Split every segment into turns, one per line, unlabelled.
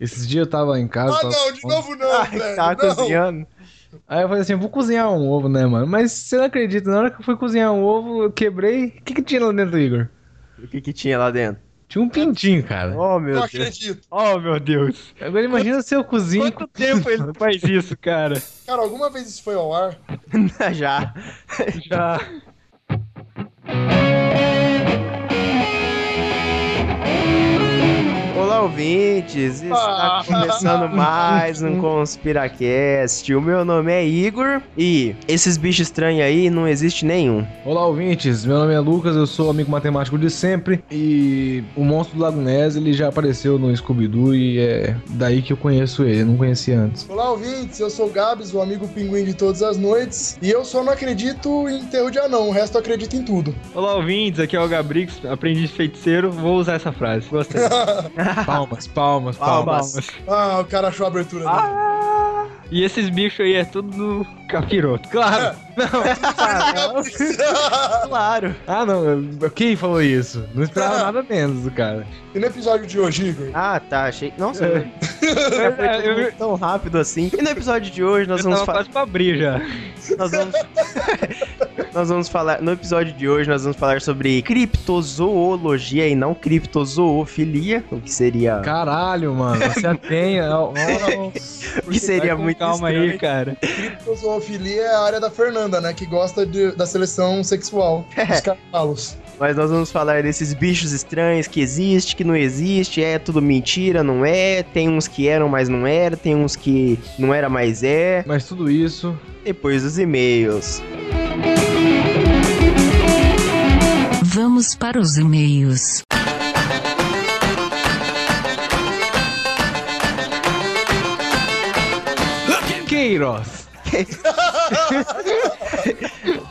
Esses dias eu tava em casa.
Ah,
tava
não,
com
de
fome.
novo não,
Ah,
velho.
tava
não.
cozinhando.
Aí eu falei assim, vou cozinhar um ovo, né, mano? Mas você não acredita, na hora que eu fui cozinhar um ovo, eu quebrei. O que, que tinha lá dentro do Igor?
O que que tinha lá dentro?
Tinha um pintinho, cara.
Oh,
Não
meu Deus.
acredito.
Oh, meu Deus.
Agora imagina se eu cozinho.
Quanto tempo ele faz isso, cara?
Cara, alguma vez isso foi ao ar?
Já.
Já.
Olá, ouvintes! Está
Ah.
começando mais um Conspiracast. O meu nome é Igor e esses bichos estranhos aí não existe nenhum.
Olá, ouvintes. Meu nome é Lucas, eu sou amigo matemático de sempre. E o monstro do Lago Ness, ele já apareceu no Scooby-Doo e é daí que eu conheço ele, eu não conhecia antes.
Olá, ouvintes. Eu sou o Gabs, o amigo pinguim de todas as noites. E eu só não acredito em enterro de anão. O resto eu acredito em tudo.
Olá, ouvintes, aqui é o Gabrix, aprendiz de feiticeiro. Vou usar essa frase. Gostei.
Palmas, palmas, palmas.
Palmas.
ah, o cara achou a abertura dele.
E esses bichos aí é tudo capiroto. Claro.
Claro.
Ah, não. eu- Quem falou isso? Não esperava nada menos do cara.
e no episódio de hoje, Igor?
Ah, tá. Achei. Nossa, já foi
Eu-
tudo
É. eu-
tão rápido assim. E no episódio de hoje nós
Eu
vamos
tava
falar.
quase pra abrir já.
Nós vamos... nós vamos falar. No episódio de hoje nós vamos falar sobre criptozoologia e não criptozoofilia, o que seria.
Caralho, mano. Você é atenha. ao- ao-
O
tá
que seria
Vai com
muito
calma
estranho.
aí, cara.
Zoofilia é a área da Fernanda, né? Que gosta de- da seleção sexual.
É.
Os cavalos.
Mas nós vamos falar desses bichos estranhos que existe, que não existe, é tudo mentira, não é, tem uns que eram, mas não era, tem uns que não era, mas é.
Mas tudo isso
Depois os e-mails.
Vamos para os e-mails.
Queiroz.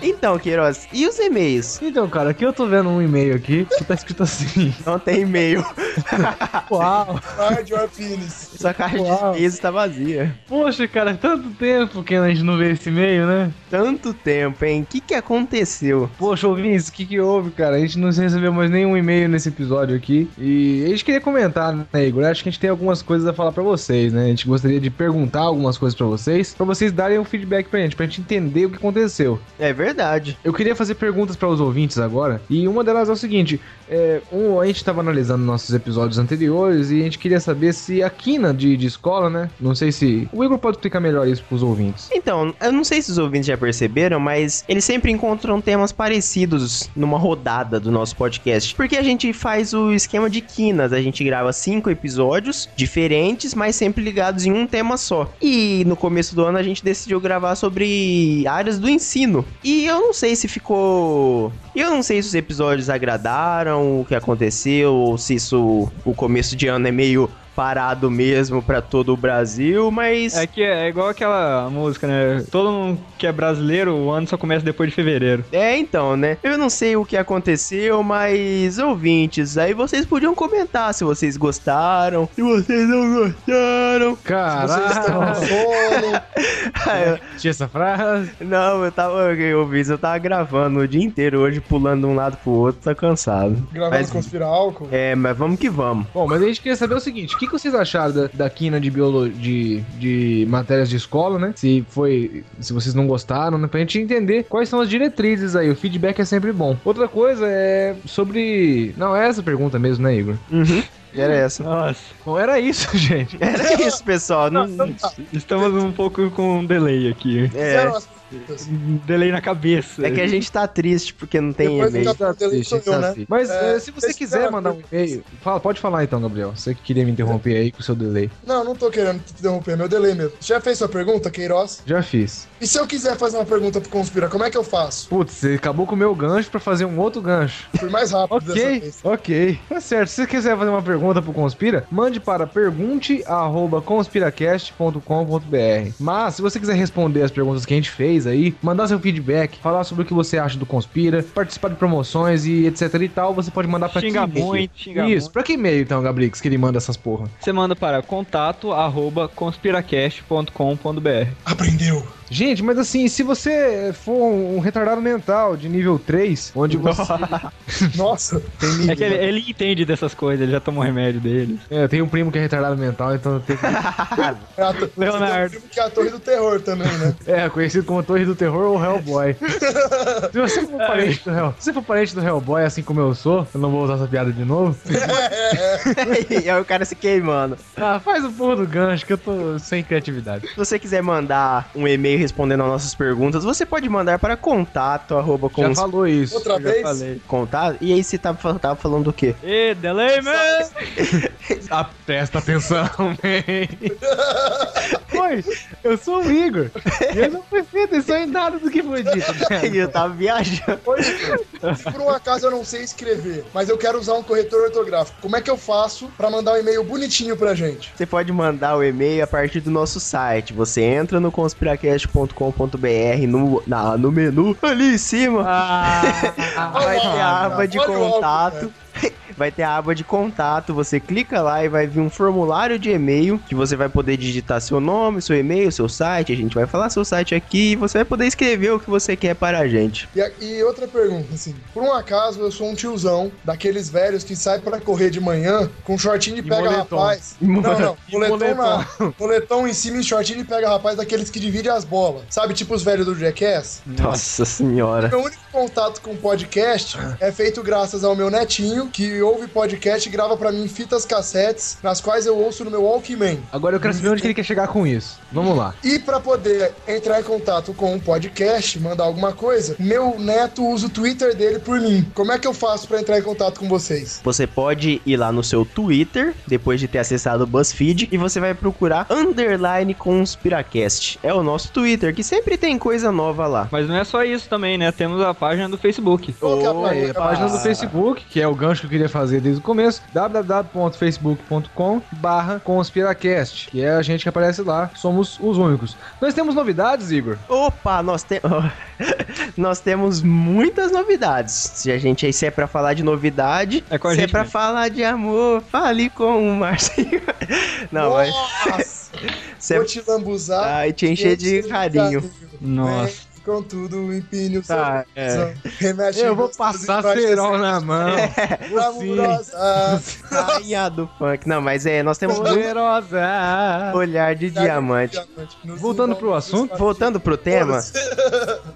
Então, Queiroz, e os e-mails?
Então, cara, aqui eu tô vendo um e-mail aqui que tá escrito assim.
Não tem e-mail.
Uau!
Hard or Ah, penis.
Sua caixa
Uau.
de e-mails tá vazia.
Poxa, cara, tanto tempo que a gente não vê esse e-mail, né?
Tanto tempo, hein? O que que aconteceu?
Poxa, ouvintes, o que que houve, cara? A gente não recebeu mais nenhum e-mail nesse episódio aqui. E a gente queria comentar, né, Igor? Acho que a gente tem algumas coisas a falar pra vocês, né? A gente gostaria de perguntar algumas coisas pra vocês, pra vocês darem um feedback pra gente, pra gente entender o que aconteceu.
É verdade.
Eu queria fazer perguntas para os ouvintes agora, e uma delas é o seguinte: é, um, a gente estava analisando nossos episódios anteriores e a gente queria saber se a quina de, de escola, né? Não sei se. O Igor pode explicar melhor isso para os ouvintes.
Então, eu não sei se os ouvintes já perceberam, mas eles sempre encontram temas parecidos numa rodada do nosso podcast. Porque a gente faz o esquema de quinas, a gente grava cinco episódios diferentes, mas sempre ligados em um tema só. E no começo do ano a gente decidiu gravar sobre áreas do ensino. E eu não sei se ficou. Eu não sei se os episódios agradaram, o que aconteceu, ou se isso. O começo de ano é meio parado mesmo pra todo o Brasil, mas.
É que é igual aquela música, né? Todo mundo que é brasileiro, o ano só começa depois de fevereiro.
É, então, né? Eu não sei o que aconteceu, mas ouvintes, aí vocês podiam comentar se vocês gostaram, se vocês não gostaram.
Vocês estão com
Caralho!
sono.
Ah,
Tinha essa frase.
eu- não, eu tava, eu ouvi, eu tava gravando o dia inteiro hoje, pulando de um lado pro outro, tá cansado.
Gravando
Mas-
conspirar álcool.
É, mas vamos que vamos.
Bom, mas a gente queria saber o seguinte: o que, que vocês acharam da, da quina de biologia de, de matérias de escola, né? Se foi. Se vocês não gostaram, né? Pra gente entender quais são as diretrizes aí. O feedback é sempre bom. Outra coisa é sobre. Não, é essa pergunta mesmo, né, Igor?
Uhum. Era essa.
Nossa,
Bom, era isso, gente.
Era isso, pessoal. Não,
estamos um pouco com um delay aqui.
é,
Fizeram as perguntas.
Um delay na cabeça.
é que a gente tá triste porque não tem
Depois do
e-mail.
Tá triste,
Tá
então, né?
triste. Mas
É,
eh, se você
esse
quiser
cara-
mandar um e-mail, fala, pode falar então, Gabriel. Você que queria me interromper aí com o seu delay.
Não, não tô querendo te interromper, meu delay mesmo. Já fez sua pergunta, Queiroz?
Já fiz.
E se eu quiser fazer uma pergunta pro Conspira, como é que eu faço?
Putz, você acabou com o meu gancho pra fazer um outro gancho.
Fui mais rápido dessa
Ok,
vez.
ok. Tá certo. Se você quiser fazer uma pergunta pro Conspira, mande para pergunte@conspiracast.com.br. Mas se você quiser responder as perguntas que a gente fez aí, mandar seu feedback, falar sobre o que você acha do Conspira, participar de promoções e etc e tal, você pode mandar para
xinga muito, xinga
Isso,
muito.
pra que e-mail então, Gabrix, que ele manda essas porra?
Você manda para contato arroba conspiracast.com.br.
Aprendeu.
Gente, mas assim, se você for um retardado mental de nível 3, onde você
Nossa,
tem nível,
É que ele, ele entende dessas coisas, ele já tomou remédio dele.
É, eu tenho um primo que é retardado mental, então eu tenho que...
é a to-
Leonardo.
você tem um filme que é a Torre do Terror também, né?
É, conhecido como Torre do Terror ou Hellboy. se, você for parente do Hell... se você for parente do Hellboy, assim como eu sou, eu não vou usar essa piada de novo.
e aí o cara se queimando.
Ah, faz o porra do gancho que eu tô sem criatividade.
Se você quiser mandar um e-mail respondendo às nossas perguntas, você pode mandar para contato, arroba, com
Já falou isso.
Outra
Eu já
vez,
falei.
contato. E aí você tava, fal- tava falando do quê?
Ê, Delayman!
Ah, presta atenção, man. Oi, eu sou o Igor. E eu não prestei atenção em nada do que foi dito.
É,
E eu tava viajando.
hoje, se por um acaso eu não sei escrever, mas eu quero usar um corretor ortográfico, como é que eu faço pra mandar um e-mail bonitinho pra gente?
Você pode mandar o e-mail a partir do nosso site. Você entra no conspiracast.com.br no, na- no menu ali em cima.
Ah.
Vai
Olha
ter
lá,
a aba de
olha o é. álbum,
contato. Vai ter a aba de contato, você clica lá e vai vir um formulário de e-mail que você vai poder digitar seu nome, seu e-mail, seu site. A gente vai falar seu site aqui e você vai poder escrever o que você quer para a gente.
E, a- e outra pergunta, assim, por um acaso eu sou um tiozão daqueles velhos que sai pra correr de manhã com shortinho de
E
pega
moletom.
rapaz. Não, não,
E
moletom, na- moletom em cima e shortinho de pega rapaz daqueles que dividem as bolas. Sabe, tipo os velhos do Jackass?
Nossa senhora.
Meu único contato com podcast é feito graças ao meu netinho, que ouve podcast e grava pra mim fitas cassetes, nas quais eu ouço no meu Walkman.
Agora eu quero saber onde que ele quer chegar com isso. Vamos lá.
E pra poder entrar em contato com um podcast, mandar alguma coisa, meu neto usa o Twitter dele por mim. Como é que eu faço pra entrar em contato com vocês?
Você pode ir lá no seu Twitter, depois de ter acessado o BuzzFeed, e você vai procurar underline conspiracast. É o nosso Twitter, que sempre tem coisa nova lá.
Mas não é só isso também, né? Temos a página do Facebook.
Qual que é a
Oi, a página do Facebook, que é o gancho que eu queria fazer desde o começo, www.facebook.com barra conspiracast, que é a gente que aparece lá, somos os únicos. Nós temos novidades, Igor?
Opa, nós, te- nós temos muitas novidades. Se a gente aí se é pra falar de novidade,
É com a
se é
gente
pra
mesmo.
falar de amor, fale com o Marcinho. Não, mas
Nossa,
se
vou
é...
te lambuzar.
Ai, te encher de carinho.
Nossa.
Vem, contudo, empine o
Tá,
seu coração, remete
Eu
em
vou
gostos
passar é
e faz
cerol na mão.
desejar
Sim.
amorosa.
Rainha do funk. Não, mas é, nós temos muito
Poderosa.
olhar de diamante.
Nos
Voltando
envolve,
pro assunto,
nos
Voltando pro tema,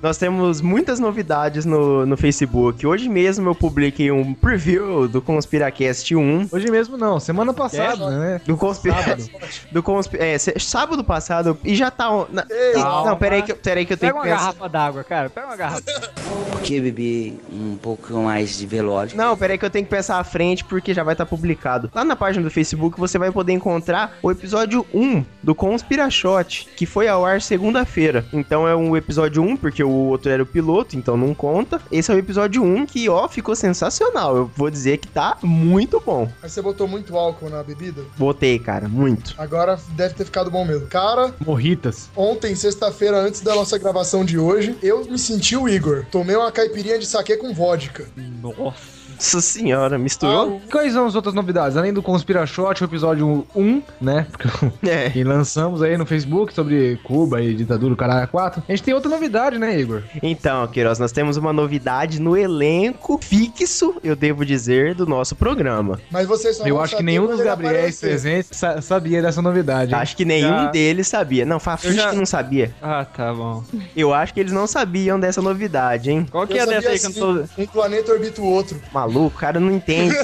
nós temos muitas novidades no, no Facebook. Hoje mesmo eu publiquei um preview do Conspiracast 1.
Hoje mesmo não, semana passada, né?
Do Conspira...
Sábado.
do consp... é, se- sábado passado e já tá. on- na-
Ei,
Não, peraí que, eu- peraí que eu tenho
Pega
que
uma
pensar.
garrafa d'água, cara. Pega uma garrafa.
Por que beber um pouco mais de velório?
Não, peraí que eu tenho que pensar à frente porque já vai estar publicado. Lá na página do Facebook você vai poder encontrar o episódio 1 do Conspira Shot, que foi ao ar segunda-feira. Então é um episódio 1, porque o outro era o piloto, então não conta. Esse é o episódio 1 que, ó, ficou sensacional. Eu vou dizer que tá muito bom.
Mas você botou muito álcool na bebida?
Botei, cara, muito.
Agora deve ter ficado bom mesmo. Cara,
Morritas.
ontem, sexta-feira, antes da nossa gravação de hoje, eu me senti o Igor. Tomei uma caipirinha de saquê com vodka.
Nossa.
Nossa senhora, misturou?
Quais são as outras novidades? Além do Conspira Shot, o episódio 1, né?
É.
Que lançamos aí no Facebook sobre Cuba e ditadura, o caralho 4. A gente tem outra novidade, né, Igor?
Então, Queiroz, nós temos uma novidade no elenco fixo, eu devo dizer, do nosso programa.
Mas vocês só
Eu
vão
acho que
saber
nenhum
quando
dos
ele
Gabriéis
aparecer.
presentes sa- sabia dessa novidade. hein?
Acho que nenhum
Já.
deles sabia. Não, Fafi
Eu já-
que não sabia.
Ah, tá bom.
Eu acho que eles não sabiam dessa novidade, hein?
Qual que
Eu
é dessa
sabia
aí que eu
sim.
não tô...
Um planeta orbita o outro.
Maluco, o cara não entende.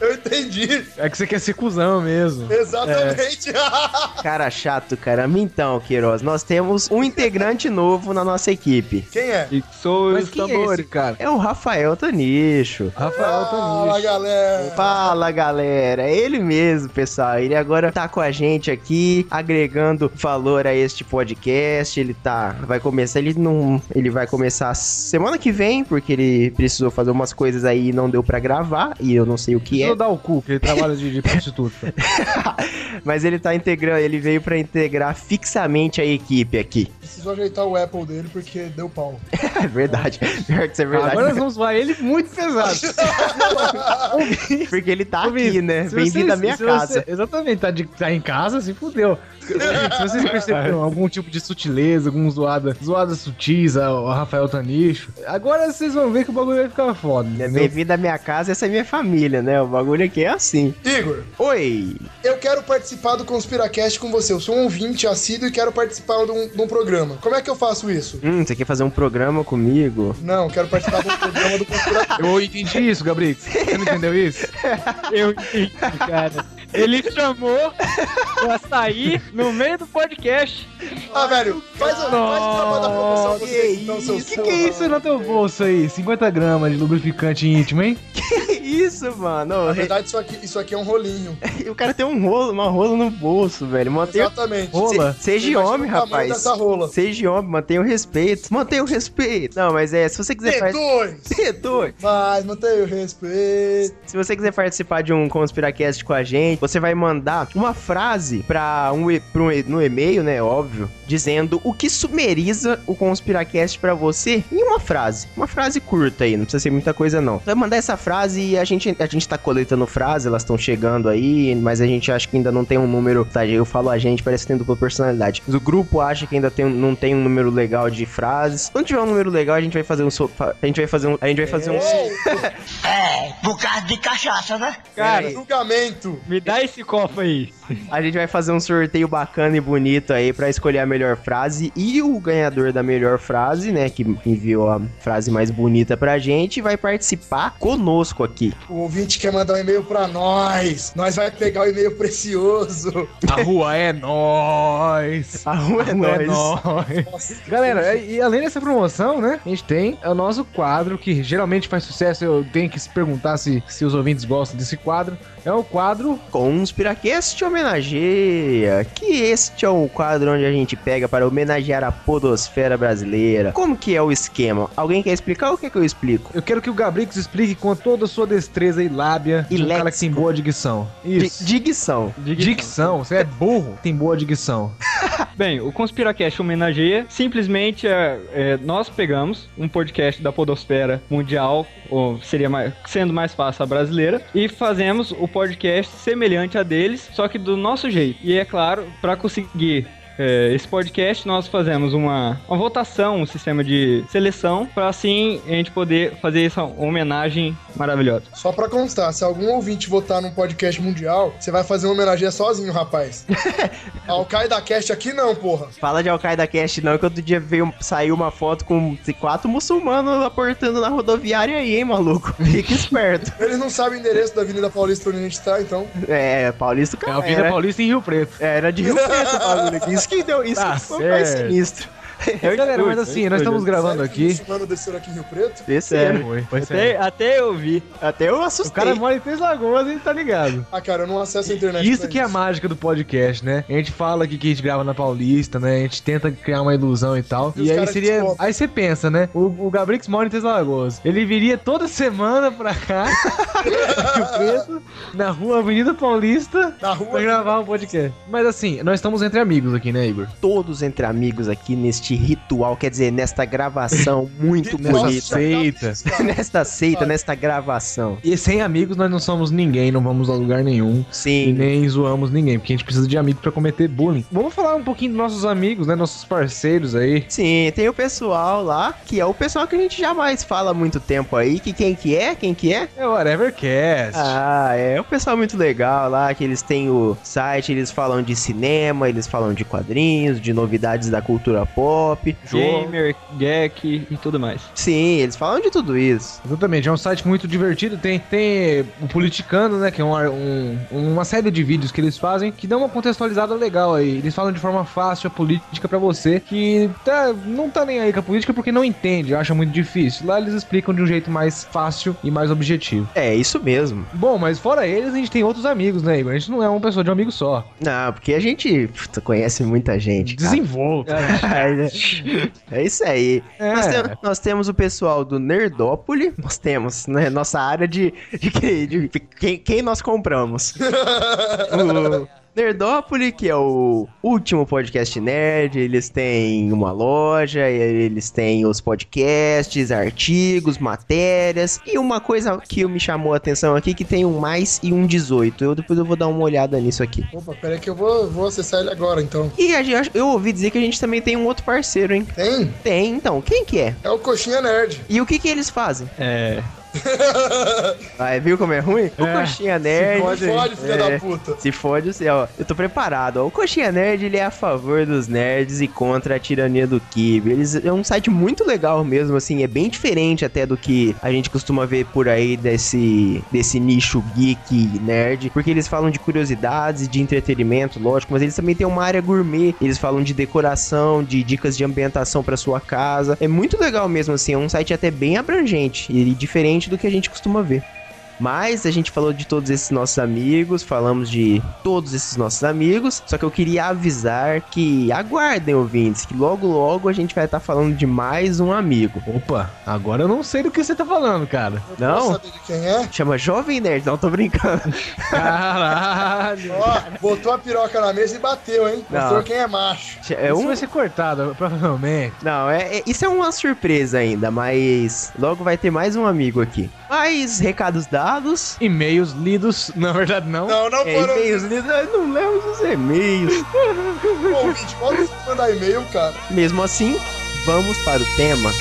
Eu entendi.
É que você quer ser cuzão mesmo.
Exatamente.
cara chato, caramba. Então, Queiroz, nós temos um integrante novo na nossa equipe.
Quem é?
E sou
Mas
os
quem é
tambores.
esse, cara?
É o Rafael Tanicho.
Ah,
Rafael
Fala,
Tanicho.
galera.
Fala galera, é ele mesmo, pessoal. Ele agora tá com a gente aqui, agregando valor a este podcast. Ele tá, vai começar, ele não, ele vai começar semana que vem, porque ele precisou fazer umas coisas aí e não deu pra gravar, e eu não sei o que
Precisou
é.
dar o cu, que ele trabalha de, de prostituta.
Mas ele tá integrando, ele veio pra integrar fixamente a equipe aqui.
Preciso ajeitar o Apple dele porque deu pau.
É verdade. Pior que isso é verdade.
Agora nós vamos zoar ele muito pesado.
Porque ele tá
Ô, Vitor,
aqui, né?
se
Bem-vindo
vocês-
à minha
se
casa.
você- exatamente, tá, de- tá em casa, se fudeu. Gente, se vocês perceberam algum tipo de sutileza, alguma zoada, zoada sutis, a- o Rafael Tanicho, agora vocês vão ver que o bagulho vai ficar foda.
É
entendeu?
Bem-vindo à minha casa, essa é minha família, né? O bagulho aqui é assim.
Igor,
Oi!
eu quero participar do Conspiracast com você. Eu sou um ouvinte assíduo e quero participar de um, de um programa. Como é que eu faço isso?
Hum, você quer fazer um programa comigo?
Não, quero participar de um programa do Conspiracast.
Eu entendi isso, Gabriel. Você não entendeu isso?
Eu entendi, cara. Ele chamou pra sair no meio do podcast.
Ah, velho, faz, a- faz uma moda promoção
que
vocês, então,
isso,
seus
O que, que é isso na teu bolso aí? 50 gramas de lubrificante íntimo, hein?
Que isso, mano?
Na verdade, isso aqui, isso aqui é um rolinho.
O cara tem um rolo, uma rola no bolso, velho. Mantenha...
Exatamente.
Rola.
Se- Seja
Imagina
homem,
o tamanho
rapaz.
dessa rola.
Seja homem, mantenha o respeito. Mantenha o respeito. Não, mas é, se você quiser... faz-
P2!
P2.
Mas mantenha o respeito.
Se você quiser participar de um Conspiracast com a gente, você vai mandar uma frase para um, e- pra um e- no e-mail, né? Óbvio, dizendo o que sumeriza o Conspiracast pra você em uma frase. Uma frase curta aí, não precisa ser muita coisa não. Vai mandar essa frase e a gente, a gente tá coletando frase, elas estão chegando aí, mas a gente acha que ainda não tem um número. Tá, eu falo a gente, parece que tem dupla personalidade. Mas o grupo acha que ainda tem, um- não tem um número legal de frases. Quando tiver um número legal, a gente vai fazer um. so- fa- A gente vai fazer um. A gente vai fazer um.
Cara,
Julgamento.
me dá esse copo aí.
A gente vai fazer um sorteio bacana e bonito aí pra escolher a melhor frase e o ganhador da melhor frase, né, que enviou a frase mais bonita pra gente, vai participar conosco aqui.
O ouvinte quer mandar um e-mail pra nós. Nós vai pegar o e-mail precioso.
A rua é nós.
A rua é
É
nós.
nóis. Galera, é, e e além dessa promoção, né? A gente tem o nosso quadro que geralmente faz sucesso. Eu tenho que se perguntar se, se os ouvintes gostam desse quadro. É o quadro
Conspiracast homenageia, que este é o quadro onde a gente pega para homenagear a podosfera brasileira. Como que é o esquema? Alguém quer explicar ou quer que eu explico?
Eu quero que o Gabrix explique com toda a sua destreza e lábia
E
de um cara
léxico.
que tem boa dicção.
Di-
Isso.
Dicção.
Dicção, você é burro, tem boa dicção.
Bem, o Conspiracast homenageia simplesmente é, é, nós pegamos um podcast da podosfera mundial, ou seria mais, sendo mais fácil a brasileira, e fazemos o podcast semelhante a deles, só que do nosso jeito. E é claro, para conseguir é, esse podcast, nós fazemos uma, uma votação, um sistema de seleção, para assim a gente poder fazer essa homenagem maravilhosa.
Só pra constar, se algum ouvinte votar num podcast mundial, você vai fazer uma homenagem sozinho, rapaz. Ao Caio da Cast aqui não, porra.
Fala de Al-Qaeda Cast não, que outro dia veio, saiu uma foto com quatro muçulmanos aportando na rodoviária aí, hein, maluco? Fica esperto.
Eles não sabem o endereço da Avenida Paulista onde a gente tá, então.
É, Paulista
É
cara,
a Vida
era,
Paulista em Rio Preto.
era de Rio Preto o bagulho. Isso que deu, isso
Tá
que foi mais
certo.
sinistro.
Galera, mas assim, nós estamos gravando
Sério
aqui.
que o muçulmano desceram aqui em Rio Preto?
É sério.
Foi, foi sério.
Até, até eu vi.
Até eu
O
assustei.
cara mora em Três Lagoas, ele tá ligado.
Ah, cara, eu não acesso a internet.
Isso
pra
que é a mágica do podcast, né? A gente fala aqui que a gente grava na Paulista, né? A gente tenta criar uma ilusão e tal.
E
E,
os
aí
caras
seria.
descobrem.
Aí você pensa, né? O, o Gabrix mora em Três Lagoas. Ele viria toda semana pra cá, Rio Preto, na rua Avenida Paulista, pra
Na rua.
gravar um podcast. Mas assim, nós estamos entre amigos aqui, né, Igor?
Todos entre amigos aqui neste ritual, quer dizer, nesta gravação muito
Nessa
bonita.
seita.
Nesta seita, nesta gravação.
E sem amigos nós não somos ninguém, não vamos a lugar nenhum. E
Sim.
nem zoamos ninguém, porque a gente precisa de amigos pra cometer bullying. Vamos falar um pouquinho dos nossos amigos, né? Nossos parceiros aí.
Sim, tem o pessoal lá, que é o pessoal que a gente jamais fala há muito tempo aí, que quem que é? Quem que é?
É o Whatevercast.
Ah, é. O pessoal muito legal lá, que eles têm o site, eles falam de cinema, eles falam de quadrinhos, de novidades da cultura pop, jogo.
Gamer, Jack e tudo mais.
Sim, eles falam de tudo isso.
Exatamente, é um site muito divertido. Tem, tem o Politicando, né? Que é um, ar- um- uma série de vídeos que eles fazem que dão uma contextualizada legal aí. Eles falam de forma fácil a política pra você que tá, não tá nem aí com a política porque não entende, acha muito difícil. Lá eles explicam de um jeito mais fácil e mais objetivo.
É, isso mesmo.
Bom, mas fora eles, a gente tem outros amigos, né, Igor? A gente não é uma pessoa de um amigo só.
Não, porque a gente puta, conhece muita gente. cara.
Desenvolve.
É isso aí.
É.
Nós, tem- nós temos o pessoal do Nerdópole, nós temos, né? Nossa área de, de, que- de que- quem, quem nós compramos. O- Nerdópolis, que é o último podcast nerd. Eles têm uma loja, e eles têm os podcasts, artigos, matérias. E uma coisa que me chamou a atenção aqui, que tem um mais e um 18. Eu depois eu vou dar uma olhada nisso aqui.
Opa, peraí que eu vou, vou acessar ele agora, então.
E a gente- eu ouvi dizer que a gente também tem um outro parceiro, hein?
Tem?
Tem, então. Quem que é?
É o Coxinha Nerd.
E o que que eles fazem?
É.
Vai, viu como é ruim? O Coxinha Nerd...
Pode, pode filha
é.
da puta.
Se fode, você, ó, eu tô preparado, ó. O Coxinha Nerd, ele é a favor dos nerds e contra a tirania do Kibe. Eles é um site muito legal mesmo, assim, é bem diferente até do que a gente costuma ver por aí desse, desse nicho geek nerd, porque eles falam de curiosidades e de entretenimento, lógico, mas eles também têm uma área gourmet, eles falam de decoração, de dicas de ambientação pra sua casa. É muito legal mesmo, assim, é um site até bem abrangente e diferente do que a gente costuma ver. Mas a gente falou de todos esses nossos amigos, falamos de todos esses nossos amigos. Só que eu queria avisar que aguardem, ouvintes, que logo logo a gente vai estar falando de mais um amigo.
Opa, agora eu não sei do que você tá falando, cara.
Posso
Não?
saber de quem é?
Chama Jovem Nerd, não tô brincando.
Caralho.
Ó, botou a piroca na mesa e bateu, hein?
Não.
Mostrou quem é macho.
É
Isso
um.
vai ser cortado, provavelmente.
Não, é, é- isso é uma surpresa ainda, mas logo vai ter mais um amigo aqui. Mas recados dados.
E-mails lidos, na verdade não.
Não, não
É,
foram.
e-mails, lidos, eu não lembro dos e-mails.
Pô, ouvinte, pode mandar e-mail, cara.
Mesmo assim, vamos para o tema.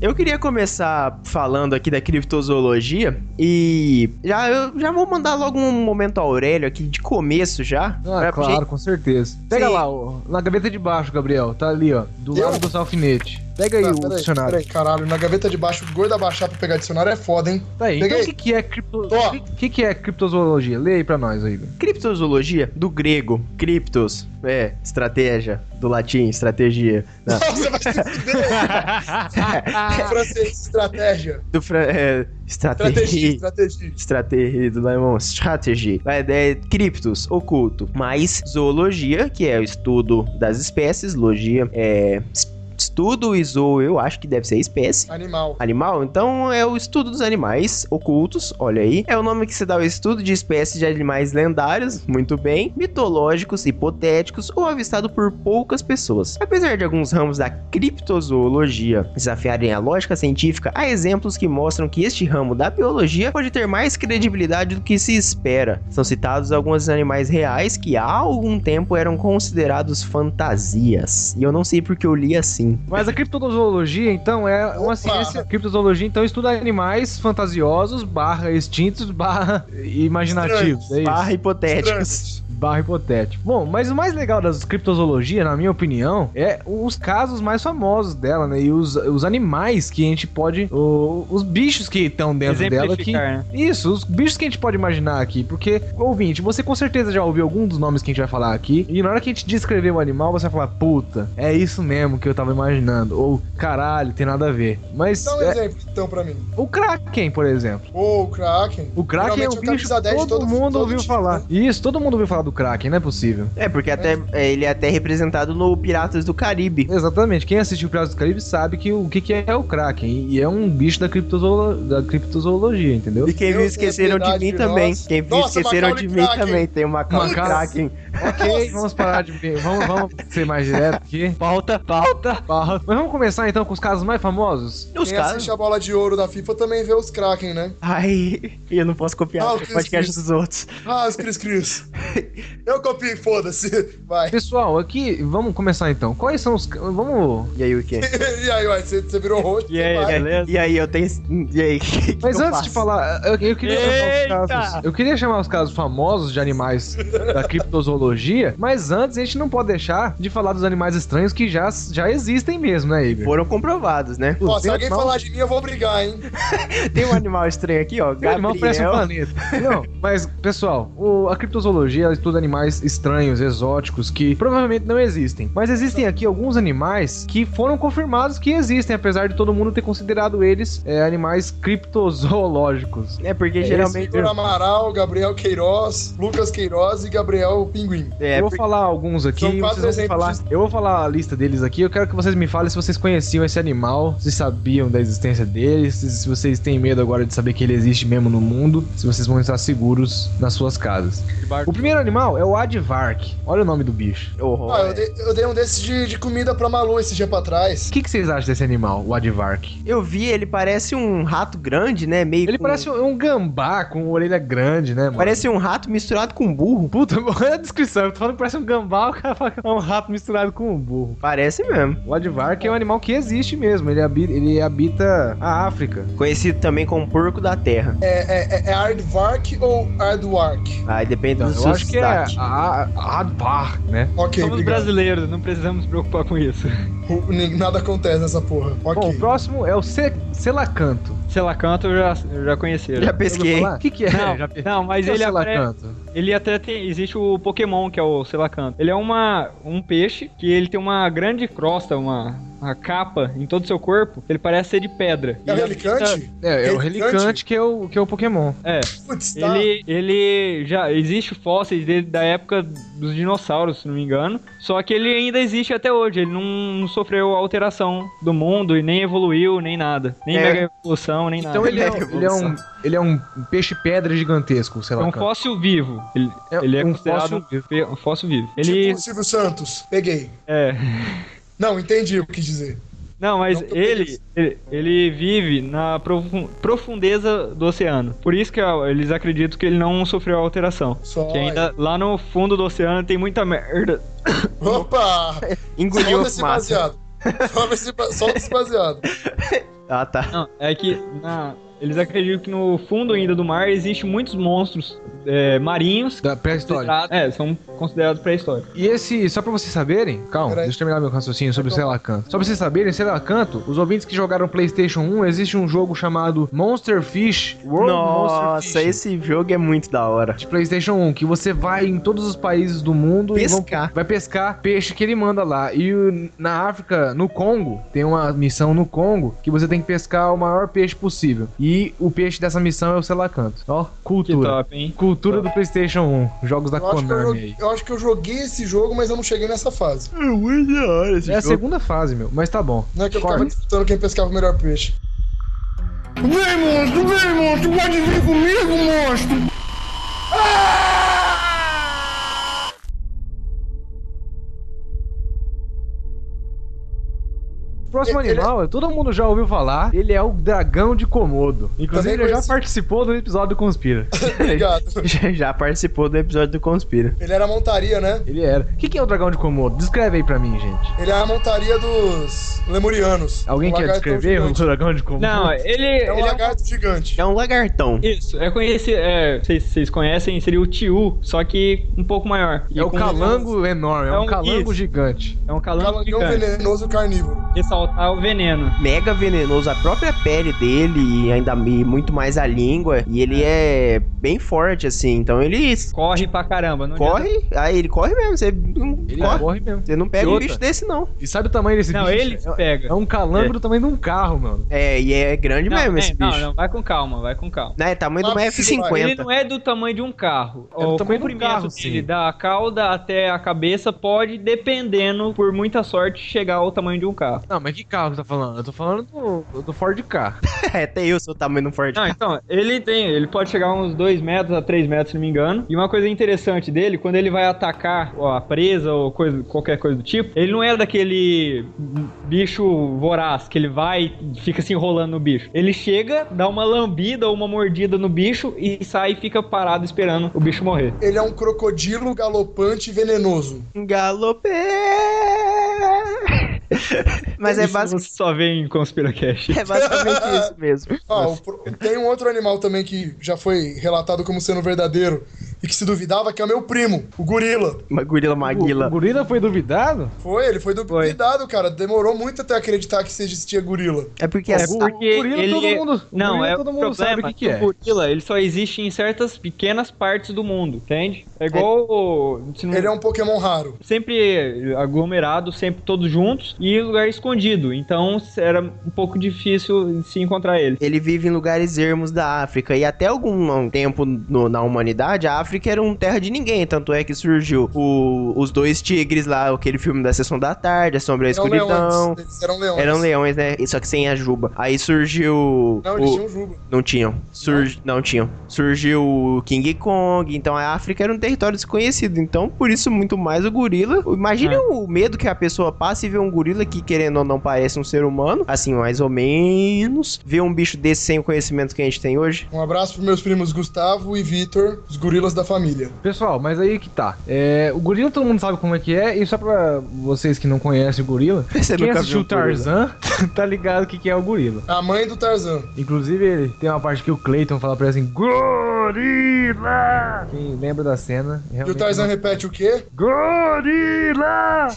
Eu queria começar falando aqui da criptozoologia e já eu já vou mandar logo um momento Aurélio aqui de começo já.
Ah,
pra-
claro, com certeza. Pega lá, ó, na gaveta de baixo, Gabriel. Tá ali, ó. Do
Eu?
lado dos alfinetes. Pega aí
Tá,
o dicionário.
caralho. Na gaveta de baixo, gordo abaixar pra pegar dicionário é foda, hein?
Tá aí. Então
Peguei.
o que, que é cripto...
Tô.
O que, que é criptozoologia? Lê aí pra nós aí. velho.
Criptozoologia, do grego, criptos, é, estratégia, do latim, estratégia, não,
Você vai se fuder. Em francês, estratégia.
do fran... é,
Estratégia,
estratégia,
estratégia.
estratégia, do alemão, strategy, vai, é, criptos, oculto, mais zoologia, que é o estudo das espécies, logia, é, es- estudo e zoo, eu acho que deve ser espécie,
Animal.
Animal, então é o estudo dos animais ocultos, olha aí. É o nome que se dá ao estudo de espécies de animais lendários, muito bem, mitológicos, hipotéticos ou avistado por poucas pessoas. Apesar de alguns ramos da criptozoologia desafiarem a lógica científica, há exemplos que mostram que este ramo da biologia pode ter mais credibilidade do que se espera. São citados alguns animais reais que há algum tempo eram considerados fantasias. E eu não sei porque eu li assim.
Mas a criptozoologia, então, é uma
Opa.
ciência... Criptozoologia, então, estuda animais fantasiosos, barra extintos, barra imaginativos. É isso.
Barra hipotéticos.
Barra hipotético. Bom, mas o mais legal das criptozoologia, na minha opinião, é os casos mais famosos dela, né? E os, os animais que a gente pode. o- os bichos que estão dentro dela que.
Exemplificar, né?
Isso, os bichos que a gente pode imaginar aqui, porque, ouvinte, você com certeza já ouviu algum dos nomes que a gente vai falar aqui, e na hora que a gente descrever o animal, você vai falar, puta, é isso mesmo que eu tava imaginando, ou caralho, tem nada a ver. Mas
Dá um
é,
exemplo, então, pra mim.
o Kraken, por exemplo.
Ô, o Kraken.
O Kraken é
Geralmente
um
o
bicho
camisa
que
10
todo,
todo-
mundo
todo
ouviu
time,
falar.
né?
Isso, todo mundo ouviu falar do Kraken, não é possível.
É, porque até é, ele é até representado no Piratas do Caribe.
Exatamente. Quem assistiu Piratas do Caribe sabe que o que, que é o Kraken. E é um bicho da, criptozoolo- da criptozoologia, entendeu?
E quem viu
Deus
esqueceram
tenha
de mim
piedade de
também.
nós.
Quem viu
Nossa,
esqueceram de
Macaulay
mim
Culkin.
também. Tem o Macaulay
Macaulay.
Kraken.
Ok, vamos parar de. Vamos, vamos ser mais direto aqui.
Pauta, pauta.
Mas vamos começar então com os casos mais famosos?
Os
Quem
caras.
assiste a bola de ouro da FIFA também vê os Kraken, né?
Ai, eu não posso copiar
Ah, o
o
Chris
podcast
Chris.
dos outros.
Ah, os Cris Cris. Eu copio, foda-se. Vai.
Pessoal, aqui, vamos começar então. Quais são os. ca- Vamos.
E aí, o quê?
E aí, uai, você, você virou rosto.
E aí,
vai.
beleza?
E aí, é, eu tenho. E aí, que que
Mas
eu
antes
faço?
de falar, eu, eu queria chamar
Eita!
os casos. Eu queria chamar os casos famosos de animais da criptozoologia, mas antes a gente não pode deixar de falar dos animais estranhos que já, já existem mesmo, né, Igor?
Foram comprovados, né?
Ó, se
Tem
alguém
animal-
falar de mim, eu vou brigar, hein?
Tem um animal estranho aqui, ó.
tem animal que parece um
Gabriel.
planeta. Não, mas, pessoal, o- a criptozoologia ela estuda animais estranhos, exóticos, que provavelmente não existem. Mas existem aqui alguns animais que foram confirmados que existem, apesar de todo mundo ter considerado eles é, animais criptozoológicos.
É porque geralmente.
Igor Amaral, Gabriel Queiroz, Lucas Queiroz e Gabriel Pinguim.
É,
eu vou
porque-
falar alguns aqui.
São
vocês
quatro
vão
exemplos.
falar- eu vou falar a lista deles aqui. Eu quero que vocês me falem se vocês conheciam esse animal, se sabiam da existência dele, se, se vocês têm medo agora de saber que ele existe mesmo no mundo, se vocês vão estar seguros nas suas casas. O primeiro animal é o Aardvark. Olha o nome do bicho.
Oh,
Ah, eu,
é.
dei, eu dei um desses de, de comida pra Malu esse dia pra trás.
O que, que vocês acham desse animal, o Aardvark?
Eu vi, ele parece um rato grande, né? Meio
Ele
com-
parece um, um gambá com orelha grande, né, mano?
Parece um rato misturado com um burro.
Puta, olha a descrição. Eu tô falando que parece um gambá, o cara fala que é um rato misturado com um burro.
Parece mesmo.
O Aardvark é um animal que existe mesmo. Ele habita, ele habita a África.
Conhecido também como porco da terra.
É, é, é Aardvark ou Ardwark?
Aí depende
Então,
do
eu acho que é a,
sotaque.
a, a Advar, né?
Ok,
Somos
obrigado.
brasileiros, não precisamos nos preocupar com isso.
O- nem- Nada acontece nessa porra.
Bom, o
Ok.
próximo é o Se- Selacanto.
Se ela canta, eu já, eu já conheci ele.
Já pesquei.
O que, que é?
Não,
Já pe-
não, mas
que é o
ele, apare-
Selacanto.
ele até tem. Existe o Pokémon, que é o Selacanto. Ele é uma, um peixe que ele tem uma grande crosta, uma, uma capa em todo o seu corpo. Ele parece ser de pedra.
é
um
E
o
ele um
Relicante?
É, é o
Relicante?
Relicante que é o, que é o Pokémon.
É,
Putz, tá.
ele, ele já existe fósseis dele da época dos dinossauros, se não me engano. Só que ele ainda existe até hoje. Ele não, não sofreu alteração do mundo e nem evoluiu, nem nada. Nem
É.
mega evolução, nem
Então
nada.
ele é, ele é um, ele é um peixe-pedra gigantesco, o
É um
Selacanto.
fóssil vivo. Ele é, ele é
um
considerado
fóssil
um fe- um fóssil vivo. Ele
Tipo o Silvio Santos. Peguei.
é.
Não, entendi o que quis dizer.
Não, mas
É um
Não tô
ele,
feliz.
ele ele vive na profu- profundeza do oceano. Por isso que ó, eles acreditam que ele não sofreu alteração.
Só.
Que ainda lá no fundo do oceano tem muita merda.
Opa!
Engoliu
Solta
a
esse
massa.
baseado. Solta esse ba- Solta esse baseado.
Ah, tá.
Não, é que na- eles acreditam que no fundo ainda do mar existe muitos monstros é, marinhos.
Da pré-história.
considerados- É, são considerados pré-históricos.
E esse, só pra vocês saberem, calma,
Peraí.
deixa eu terminar meu raciocínio sobre o Selacanto. Só pra vocês saberem, Selacanto, os ouvintes que jogaram PlayStation 1, existe um jogo chamado Monster Fish World Monster
Nossa,
Fish.
esse jogo é muito da hora.
de PlayStation 1, que você vai em todos os países do mundo e vão-
Pescar.
vai pescar peixe que ele manda lá. E o- na África, no Congo, tem uma missão no Congo que você tem que pescar o maior peixe possível. E o peixe dessa missão é o Selacanto. Ó,
Que
cultura.
top, hein?
Cultura do PlayStation 1, jogos da
Eu acho, que eu,
Konami
joguei,
aí.
eu acho que eu joguei esse jogo, mas eu não cheguei nessa fase.
É muito da hora esse
É a segunda fase, meu, mas tá bom.
Não é que eu ficava disputando quem pescava o melhor peixe.
O próximo
Ele-
animal, é, todo mundo já ouviu falar, ele é o dragão de Komodo. Inclusive, ele já
conhecido-
participou do episódio do Conspira.
Obrigado.
Já, já participou do episódio do Conspira.
Ele era a montaria, né?
ele era. O que, que é o dragão de Komodo? Descreve aí pra mim, gente.
Ele é a montaria dos lemurianos.
Alguém
Um
quer
lagartão
descrever o
gigante.
dragão de Komodo?
Não, ele.
É um
ele é um-
lagarto gigante.
É um lagartão.
Isso, é conhecido. É, vocês, vocês conhecem, seria o Tiu, só que um pouco maior. E
É o
com-
calango enorme, é
É
um
um
calango
isso.
gigante.
É um calango
Calangão
gigante.
venenoso carnívoro.
Ressaltar o veneno.
Mega venenoso, a própria pele dele e ainda e muito mais a língua. E ele é bem forte, assim. Então ele
Corre pra caramba. Não adianta-
corre. Aí ele corre mesmo. Você não
Ele
corre.
corre mesmo.
Você não pega um
Outra.
bicho desse, não.
E sabe o tamanho desse
Não,
bicho?
ele
É-
pega.
É um calango
É.
do tamanho de um carro, mano.
É, e é grande
Não,
mesmo
é,
esse
não,
bicho.
não, vai com calma, vai com calma.
Não, é tamanho de uma
Lá
Ele
F50.
não é do tamanho de um carro.
É do tamanho
o
de um
comprimento
carro,
dele,
sim.
da cauda até a cabeça, pode, dependendo, por muita sorte, chegar ao tamanho de um carro.
Não, mas que carro que você tá falando? Eu tô falando do, do Ford K.
É, até eu sou o tamanho do Ford.
Não, então, ele tem, ele pode chegar a uns 2 metros a 3 metros, se não me engano. E uma coisa interessante dele, quando ele vai atacar ó, a presa ou coisa, qualquer coisa do tipo, ele não é daquele bicho voraz que ele vai e fica se enrolando no bicho. Ele chega, dá uma lambida ou uma mordida no bicho e sai e fica parado esperando o bicho morrer.
Ele é um crocodilo galopante venenoso.
Galopé! Mas é,
Isso
basic-
Você só vê em Conspiracast.
é basicamente isso mesmo.
Ah, o pro- tem um outro animal também que já foi relatado como sendo verdadeiro, e que se duvidava que é meu primo, o gorila.
Uma gorila
O,
maguila.
o gorila foi duvidado?
Foi, ele foi
Foi.
duvidado, cara. Demorou muito até acreditar que existia gorila.
É porque
É
as-
porque
o gorila
ele...
todo mundo- o
não,
gorila
é
todo
o
mundo sabe
problema
o que que é.
O gorila, ele só existe em certas pequenas partes do mundo, entende? É igual... o- se não-
Ele é um Pokémon raro.
Sempre aglomerado, sempre todos juntos e em lugar escondido. Então era um pouco difícil se encontrar ele.
ele vive em lugares ermos da África. E até algum tempo no- na humanidade, a África era um terra de ninguém. Tanto é que surgiu o- os dois tigres lá, aquele filme da Sessão da Tarde, A Sombra e a
Eram
Escuridão.
um leões. Eles eram leões.
Eram leões, né? Só que sem a juba. Aí surgiu.
Não,
o-
eles tinham juba.
Não tinham. Surg... Não. tinham. Surgiu o King Kong. Então a África era um território desconhecido. Então, por isso, muito mais o gorila. Imagine
É.
Ah.
o medo que a pessoa passa e vê um gorila que, querendo ou não, parece um ser humano. Assim, mais ou menos. Ver um bicho desse sem o conhecimento que a gente tem hoje.
Um abraço pros meus primos Gustavo e Vitor, os gorilas da família.
Pessoal, mas aí que tá. É, o gorila todo mundo sabe como é que é, e só pra vocês que não conhecem o gorila,
Você
quem
nunca
assistiu o
viu um gorila.
Tarzan tá ligado o que, que é o gorila.
A mãe do Tarzan.
Inclusive, ele tem uma parte que o Clayton fala pra ele assim: Gorila! Quem lembra da cena?
E o Tarzan repete o quê?
Gorila!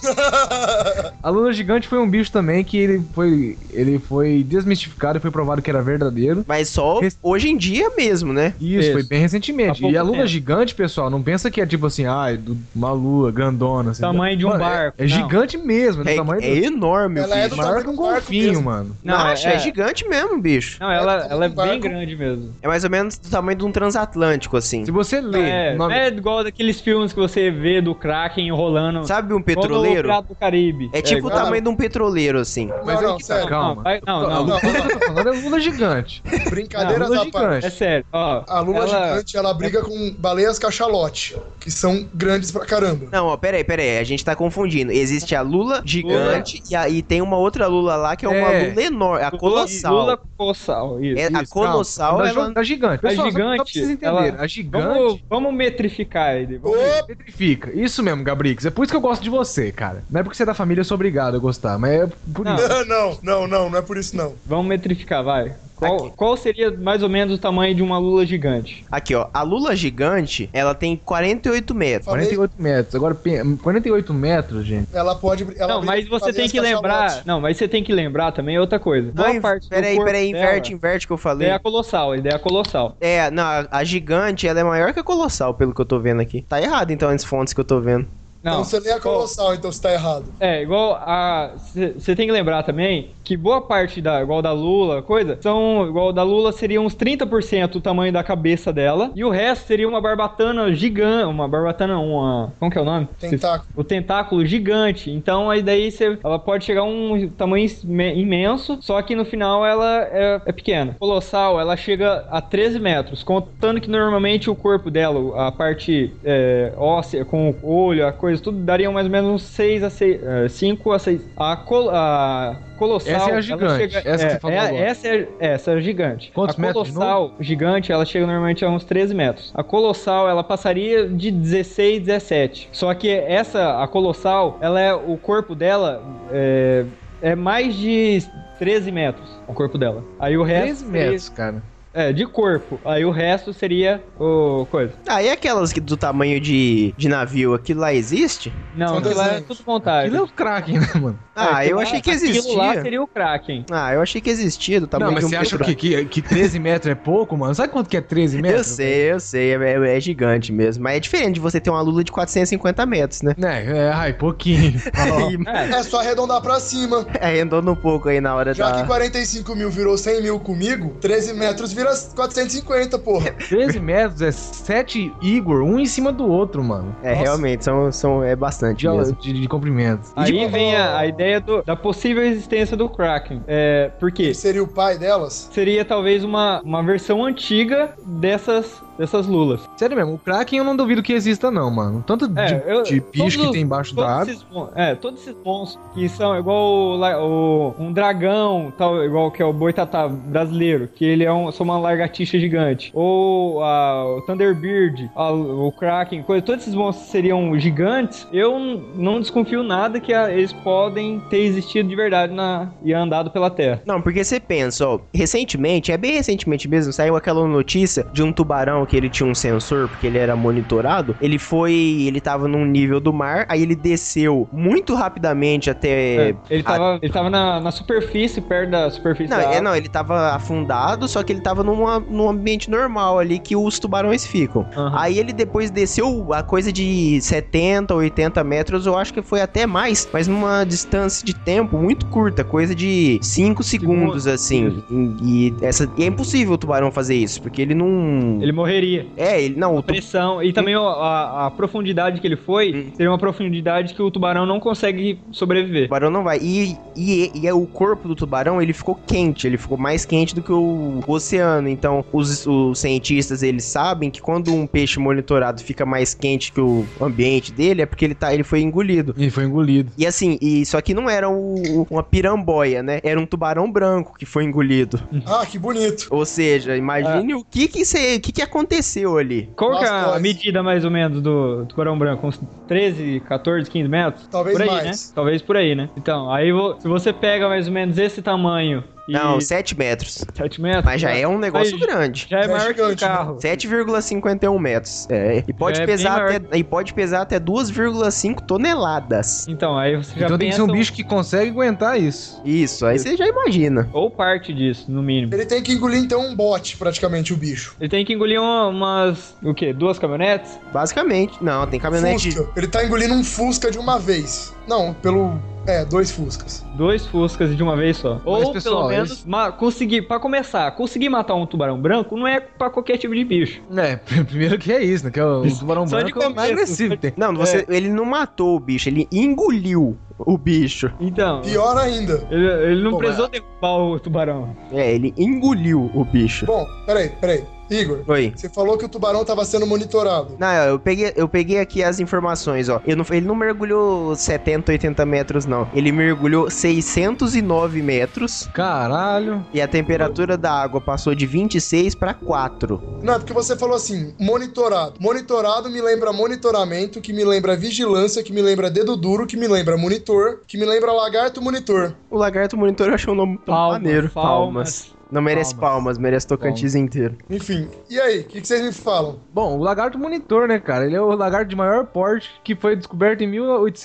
A Lula Gigante foi um bicho também que ele foi, ele foi desmistificado e foi provado que era verdadeiro.
Mas só
Res-
hoje em dia mesmo, né?
Isso,
Isso.
foi bem
Há
recentemente.
pouco
E a Lula
tempo.
Gigante, pessoal, não pensa que é tipo assim, ai, do- uma lua grandona. Assim,
Tamanho de um
Mano, é-
barco.
É,
Não.
gigante mesmo, é do
É,
tamanho
é enorme,
Ela
filho.
é do
maior
tamanho
que um
do barco
golfinho,
mesmo.
mano.
Não,
Acha, é... gigante mesmo, bicho.
Não, ela,
É,
ela é
um barco.
bem grande mesmo.
É mais ou menos do tamanho de um transatlântico, assim.
Se você ler
É,
o nome-
é igual daqueles filmes que você vê do Kraken rolando.
Sabe um
todo o
petroleiro?
Pirata do Caribe.
É tipo o
igual-
claro.
tamanho de um petroleiro, assim.
Mas
não,
aí
não,
que tá,
sério.
calma.
Não, vai- não,
A
não.
Lula que eu tô falando é Lula Gigante.
Brincadeiras
Não,
à
Lula
parte.
gigante.
É sério, ó.
A lula
ela-
gigante, ela briga com baleias cachalote, que são grandes pra caramba.
Não, ó, peraí, peraí, a gente tá confundindo. Existe a Lula gigante e aí tem uma outra Lula lá que é uma
É.
Lula enorme, a
Lula-
colossal.
Lula Colossal, isso.
É, a
Isso, calma.
colossal,
Mas
ela...
A gigante. Pessoal, só- Só pra
gigante,
vocês entenderem.
ela-
A gigante.
Vamos, vamos metrificar ele. Vamos-
Ô,
Petrifica. Isso mesmo, Gabrix. É por isso que eu gosto de você, cara. Não é porque você é da família, eu sou obrigado a gostar, mas é por
Não.
isso.
não, não, não, não é por isso não.
Vamos metrificar, vai. Qual, qual seria mais ou menos o tamanho de uma lula gigante?
Aqui, ó, a Lula gigante, ela tem 48 metros.
Falei.
48 metros. Agora, pen- 48 metros, gente.
Ela pode. br- Ela
não,
briga
mas
com
você tem
baleias
que lembrar.
cachalote.
Não, mas você tem que lembrar também é outra coisa.
Não,
Boa
in-
parte do
peraí,
corpo
peraí,
dela- é
inverte, inverte que eu falei.
Ideia colossal, ideia colossal.
É, não, a, a gigante, ela é maior que a colossal, pelo que eu tô vendo aqui. Tá errado, então, as fontes que eu tô vendo.
Não,
Então você lê a colossal, então você tá errado.
É, igual a. Você tem que lembrar também que boa parte da. Igual da Lula, coisa. São. Igual da Lula seria uns 30% o tamanho da cabeça dela. E o resto seria uma barbatana gigante. Uma barbatana, uma. Como que é o nome?
Tentáculo.
O tentáculo gigante. Então aí daí você. Ela pode chegar a um tamanho ime- imenso. Só que no final ela é, é pequena. Colossal, ela chega a 13 metros. Contando que normalmente o corpo dela, a parte é, óssea, com o olho, a coisa, tudo daria mais ou menos uns 6 a 6. 5 a 6. A, col- a colossal.
Essa é a
ela
gigante, essa
é,
que você falou
é-
agora.
essa, é, essa é a gigante.
Quantos
a
metros de
colossal gigante, ela chega normalmente a uns 13 metros. A colossal, ela passaria de 16, 17. Só que essa, a colossal, ela é o corpo dela é, é mais de 13 metros. O corpo dela. Aí o resto.
13
seria-
metros, cara.
É, de corpo. Aí o resto seria o coisa.
Ah, e aquelas que, do tamanho de, de navio, aquilo lá existe?
Não,
São
aquilo lá é
desenhos.
tudo montagem.
Aquilo é o Kraken, né, mano?
Ah,
É,
eu
aquilo
achei
lá-
que
Aquilo lá
existia.
seria o Kraken.
Ah, eu achei que existia do tamanho
não, mas
de um
você acha
petroleiro.
que, que, que 13 metros é pouco, mano? Sabe quanto que é 13 metros?
Eu sei, eu sei, é, é gigante mesmo. Mas é diferente de você ter uma lula de 450 metros, né?
Né, é, ai, pouquinho.
É,
É só arredondar pra cima.
Arrendando um pouco aí na hora
Já que
da.
45 mil virou 100 mil comigo, 13 metros vira 450, porra.
13 metros é 7 Igor, um em cima do outro, mano.
É, realmente, são, são, é bastante
De,
mesmo.
de, de comprimento. E
Aí
de-
vem a, a ideia do- da possível existência do Kraken. É, por quê?
Que seria o pai delas?
Seria talvez uma, uma versão antiga dessas, dessas lulas.
sério mesmo, o Kraken eu não duvido que exista, não, mano. Tanto de,
É, eu-
de bicho
todos-
que tem embaixo da
Todos
água.
esses, mon- é, todos esses monstros que são igual o la- o- um dragão, tal, igual que é o boitatá brasileiro, que ele é um, só uma largatixa gigante. Ou a, o Thunderbird, a- o Kraken, coisa, todos esses monstros seriam gigantes. Eu n- não desconfio nada que a- eles podem ter existido de verdade na, e andado pela Terra.
Não, porque você pensa, ó, recentemente, é bem recentemente mesmo, saiu aquela notícia de um tubarão canal que ele tinha um sensor, porque ele era monitorado, ele foi. Ele tava num nível do mar, aí ele desceu muito rapidamente até.
É, ele tava, ele tava na, na superfície, perto da superfície
Não,
da
é,
água.
não, ele tava afundado, só que ele tava numa, num ambiente normal ali que os tubarões ficam.
Aham.
Aí ele depois desceu a coisa de 70, 80 metros, eu acho que foi até mais, mas numa distância de tempo muito curta, coisa de 5 segundos, assim. E, e essa, e é impossível o tubarão fazer isso, porque ele não.
Ele morreria.
É, ele não. O tu-
Pressão. E também ó, a, a profundidade que ele foi seria uma profundidade que o tubarão não consegue sobreviver.
tubarão não vai. E, e, e é o corpo do tubarão, ele ficou quente, ele ficou mais quente do que o oceano. Então, os, os cientistas, eles sabem que quando um peixe monitorado fica mais quente que o ambiente dele, é porque ele, tá, ele foi engolido.
E foi engolido.
E assim, e isso aqui não era o- o- uma piramboia, né? Era um tubarão branco que foi engolido.
Ah, que bonito.
Ou seja,
É.
imagine o que que, cê- o que que aconteceu ali.
Qual que é a
Bastante.
medida mais ou menos do tubarão branco? Uns 13, 14, 15 metros?
Talvez
por aí,
mais.
né? Talvez por aí, né? Então, aí vo- se você pega mais ou menos esse tamanho e
Não, 7 metros.
7 metros.
Mas já é um negócio
Aí-
grande.
Já é
Já é
maior
gigante,
que um carro.
7,51 metros. É. E pode
É bem
pesar
maior.
até e pode pesar até 2,5 toneladas.
Então, aí você já
então tem que
pensa
ser um bicho que consegue aguentar isso.
Isso, aí você já imagina.
ou parte disso, no mínimo.
Ele tem que engolir então um bote, praticamente, o bicho.
Ele tem que engolir uma- umas, o quê? Duas caminhonetes?
Basicamente. Não, tem caminhonete.
Fusca. Ele tá engolindo um Fusca de uma vez. Não, pelo. É, dois Fuscas.
Dois Fuscas de uma vez só. Ou
pessoal,
pelo menos
eles-
ma- conseguir, pra começar, conseguir matar um tubarão branco não é pra qualquer tipo de bicho.
É, primeiro que é isso, né? Que é o o tubarão
Só de
branco é o mais
começo.
agressivo que tem.
Não, você,
É.
ele não matou o bicho, ele engoliu o bicho.
Então,
Pior ainda.
ele, ele não
Pô,
precisou derrubar o tubarão.
É, ele engoliu o bicho.
Bom, peraí, peraí. Igor,
Oi.
você falou que o tubarão tava sendo monitorado.
Não, eu peguei, eu peguei aqui as informações, ó. Eu não- ele não mergulhou 70, 80 metros, não. Ele mergulhou 609 metros
Caralho.
e a temperatura da água passou de 26 para 4.
Não, é porque você falou assim, monitorado. Monitorado me lembra monitoramento, que me lembra vigilância, que me lembra dedo duro, que me lembra monitor, que me lembra lagarto monitor.
O Lagarto Monitor eu achei um nome tão
Palmas,
maneiro.
palmas.
Não merece palmas,
Palmas.
merece Tocantins inteiro.
Enfim, e aí, o que, que vocês me falam?
Bom, o lagarto monitor, né, cara? Ele é o lagarto de maior porte que foi descoberto em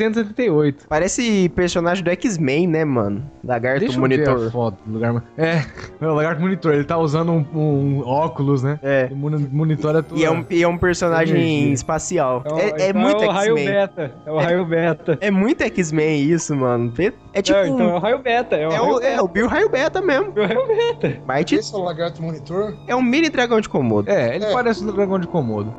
1878.
Parece personagem do X-Men, né, mano? Lagarto
Deixa eu ver a
Monitor.
foto do lugar. É, é o lagarto monitor. Ele tá usando um, um óculos, né?
É.
Ele moni- monitora tudo.
E é, um, e é um personagem
Energia.
espacial.
Então-
é, é
então
muito
é o raio
X-Men.
beta. É o raio beta.
É muito X-Men isso, mano. É- É tipo.
é,
um-
então é o raio beta. É o,
é,
raio
o,
beta.
é o Bill Raio Beta mesmo.
É o raio beta.
Bite
Esse é o lagarto monitor?
é um mini dragão de Komodo.
É, ele
É.
parece um dragão de Komodo.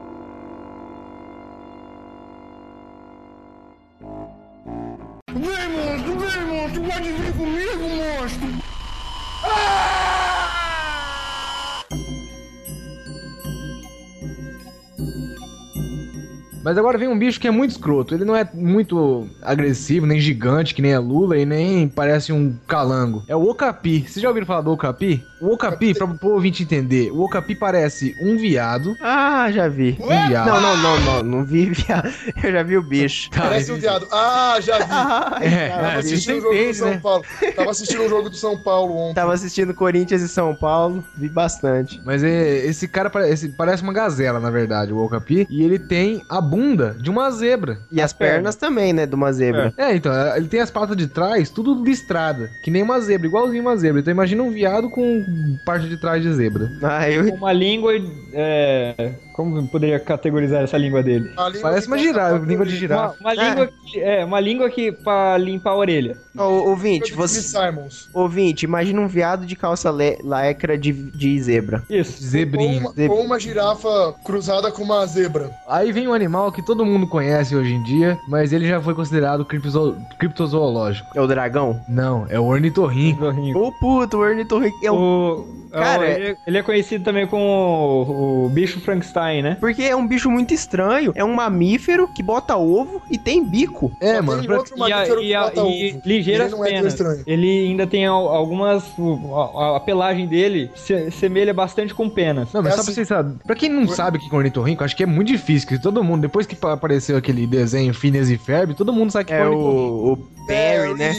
Mas agora vem um bicho que é muito escroto. Ele não é muito agressivo, nem gigante, que nem a Lula, e nem parece um calango. É o Okapi. Vocês já ouviram falar do Okapi? O Okapi, pra o ouvinte entender, o Okapi parece um viado.
Ah, já vi.
Um viado.
Não, não, não, não. Não vi, viado. Eu já vi o bicho.
Tá,
Parece um viado. Ah, então, já vi.
Ah,
É,
Tava
é, você
assistindo o jogo do
entende,
São
né?
Paulo. Tava assistindo o jogo do São Paulo ontem.
Tava assistindo Corinthians e São Paulo. Vi bastante.
Mas é, esse cara parece, parece uma gazela, na verdade, o Okapi. E ele tem a bunda de uma zebra.
E as pernas também, né? De uma zebra.
É, então, é, ele tem as patas de trás, tudo listrada. Que nem uma zebra, igualzinho uma zebra. Então imagina um viado com parte de trás de zebra.
Ah, eu...
Com Uma língua. É... Como eu poderia categorizar essa língua dele?
A língua
Parece
que
uma
passa
girafa,
pra
língua de
engolir.
girafa.
Uma língua que. É, uma língua que. pra limpar a orelha.
Ô, ouvinte,
Língua de Jimmy
você...
Simons.
Ouvinte, imagina um viado de calça le... lacra de, de zebra.
Isso.
Ou
Zebrinha.
uma, ou uma girafa cruzada com uma zebra.
Aí vem um animal que todo mundo conhece hoje em dia, mas ele já foi considerado criptozo- criptozoológico.
É o dragão?
Não, é o ornitorrinco.
Zorrinho.
Ô, puto, o ornitorrinco... É um...
O,
Cara,
é o- ele, ele é conhecido também como o, o bicho Frankenstein, né?
Porque é um bicho muito estranho. É um mamífero que bota ovo e tem bico.
É,
Só
mano,
tem
pra-
outro
E, a,
mamífero
e, a,
que bota
e
ovo.
ligeiras
Ele não é tão
penas.
estranho.
ele ainda tem al- algumas. o- A, a pelagem dele se semelha bastante com penas.
Não, mas
É
só pra
assim.
vocês saberem. Pra quem não sabe o que é ornitorrinco, acho que é muito difícil. Que todo mundo, depois que apareceu aquele desenho Phineas e Ferb, todo mundo sabe que
É
ornitorrinco.
né? o... o Perry, né?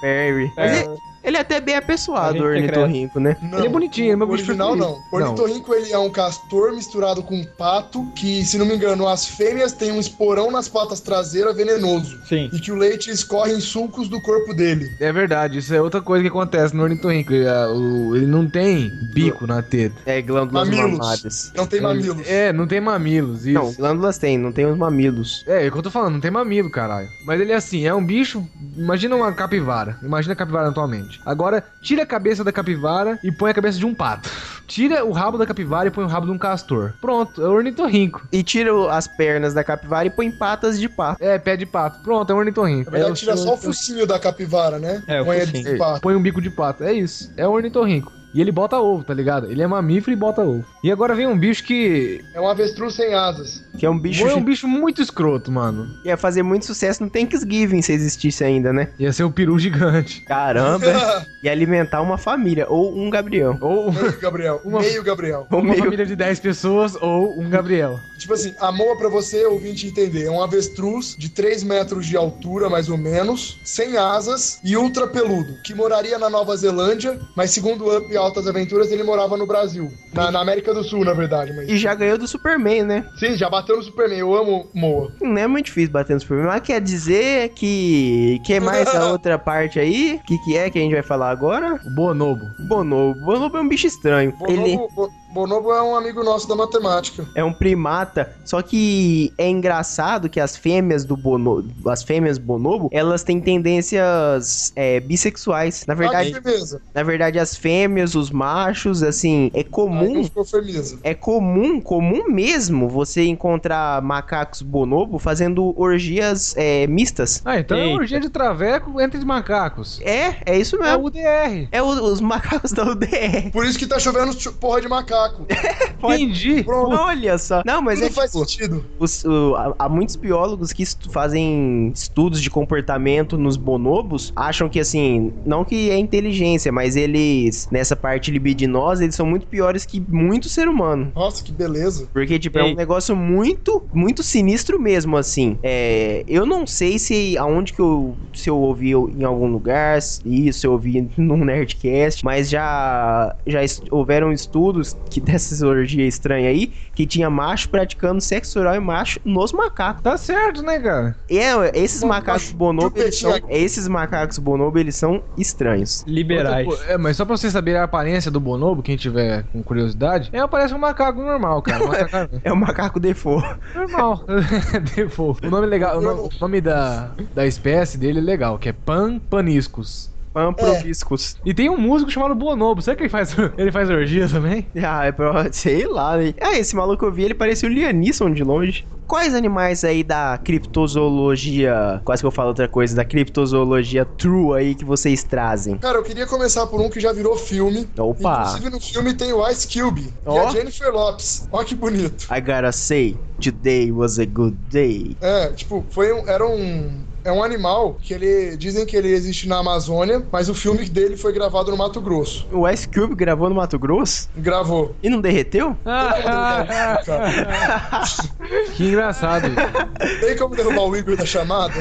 Perry. Mas
É.
ele- Ele é até bem apessoado, o
Agente secreto.
ornitorrinco, né?
Não,
Ele é bonitinho, ele é meu
o
bicho
original
preferido.
não. O ornitorrinco, ele é um castor misturado com um pato, que, se não me engano, as fêmeas têm um esporão nas patas traseiras venenoso.
Sim.
E que o leite escorre em sulcos do corpo dele.
É verdade, isso é outra coisa que acontece no ornitorrinco. Ele, ah, o- ele não tem bico na teta.
É glândulas
Mamilos.
mamárias.
Não tem mamilos.
É, não tem mamilos, isso.
Não, glândulas tem, não tem os mamilos.
É, é o que eu tô falando, não tem mamilo, caralho. Mas ele é assim, é um bicho. Imagina uma capivara. Imagina a capivara atualmente. Agora, tira a cabeça da capivara e põe a cabeça de um pato. Tira o rabo da capivara e põe o rabo de um castor. Pronto, é o ornitorrinco.
E tira o- as pernas da capivara e põe patas de pato.
É, pé de pato. Pronto, é o ornitorrinco.
Na verdade,
É o
tira
seu-
só o focinho da capivara, né?
É, o
Põe a
focinho.
de pato.
Põe um bico de pato. É isso. É o ornitorrinco. E ele bota ovo, tá ligado? Ele é mamífero e bota ovo. E agora vem um bicho que.
É um avestruz sem asas.
Que é um bicho
é um bicho muito escroto, mano.
que ia fazer muito sucesso no Thanksgiving se existisse ainda, né?
Ia ser o peru gigante.
Caramba! e alimentar uma família, ou um Gabriel.
Ou
meio Gabriel.
Uma-
Meio Gabriel.
Ou
uma
meio
família de 10 pessoas ou um Gabriel.
Tipo assim, a moa pra você, ouvinte, entender. É um avestruz de 3 metros de altura, mais ou menos, sem asas e ultra peludo, que moraria na Nova Zelândia, mas segundo o Up e Altas Aventuras, ele morava no Brasil. Na, na América do Sul, na verdade. Mas...
E já ganhou do Superman, né?
Sim, já bateu no Superman. Eu amo moa.
Não é muito difícil bater no Superman, mas quer dizer que... Que mais a outra parte aí? Que que é que a gente vai falar agora?
O Bonobo.
Bonobo. Bonobo é um bicho estranho.
Bonobo,
Ele
Bo- Bonobo é um amigo nosso da matemática.
é um primata, só que é engraçado que as fêmeas do Bonobo, as fêmeas Bonobo, elas têm tendências é, bissexuais. Na verdade,
Ah, que firmeza.
na verdade as fêmeas, os machos, assim, é
Aí
comum
não Ah, ficou firmeza.
É comum, comum mesmo, você encontrar macacos bonobo fazendo orgias é, mistas.
Ah, então é
Eita.
orgia de traveco entre macacos.
É, é isso
É
mesmo.
o UDR.
É o- os macacos da UDR.
Por isso que tá chovendo chu- porra de macaco.
Pode-
Entendi.
Pronto.
Olha só. Não, mas
não
é
faz
tipo,
sentido.
os- o- há- há muitos biólogos que estu- fazem estudos de comportamento nos bonobos, acham que assim, não que é inteligência, mas eles, nessa parte libidinosa, eles são muito piores que muito ser humano.
Nossa, que beleza.
Porque, tipo, é
Ei.
um negócio muito, muito sinistro mesmo, assim. É, eu não sei se aonde que eu. Se eu ouvi eu- em algum lugar, se isso eu ouvi num Nerdcast, mas já, já es- houveram estudos que dessa orgia estranha aí, que tinha macho praticando sexo oral em macho nos macacos.
Tá certo, né, cara?
E é, esses
Bom,
macacos
macho
bonobo, eles são,
chupetinha.
esses macacos bonobo, eles são estranhos.
Liberais.
Outra co- É, mas só pra vocês saberem a aparência do bonobo, quem tiver com curiosidade, é aparece um macaco normal, cara. Um macaco
É o macaco default.
normal. Default. O nome legal, o nome, o nome da, da espécie dele é legal, que é Pan Paniscus.
Pamprobiscus.
E tem um músico chamado Bonobo. Será que ele faz, ele faz orgia também?
Ah, é pro... sei lá, né? Ah, esse maluco eu vi, ele parecia o Lianisson de longe. Quais animais aí da criptozoologia, quase que eu falo outra coisa, da criptozoologia true aí que vocês trazem?
Cara, eu queria começar por um que já virou filme.
Opa,
Inclusive no filme tem o Ice Cube e
Ó.
a Jennifer Lopes. Olha que bonito.
I gotta say, today was a good day.
É, tipo, foi um, era um é um animal que ele dizem que ele existe na Amazônia, mas o filme dele foi gravado no Mato Grosso.
O Ice Cube gravou no Mato Grosso
Gravou.
e não derreteu?
Tem como derrubar o Igor, cara?
Que engraçado.
Tem como derrubar o Igor da chamada?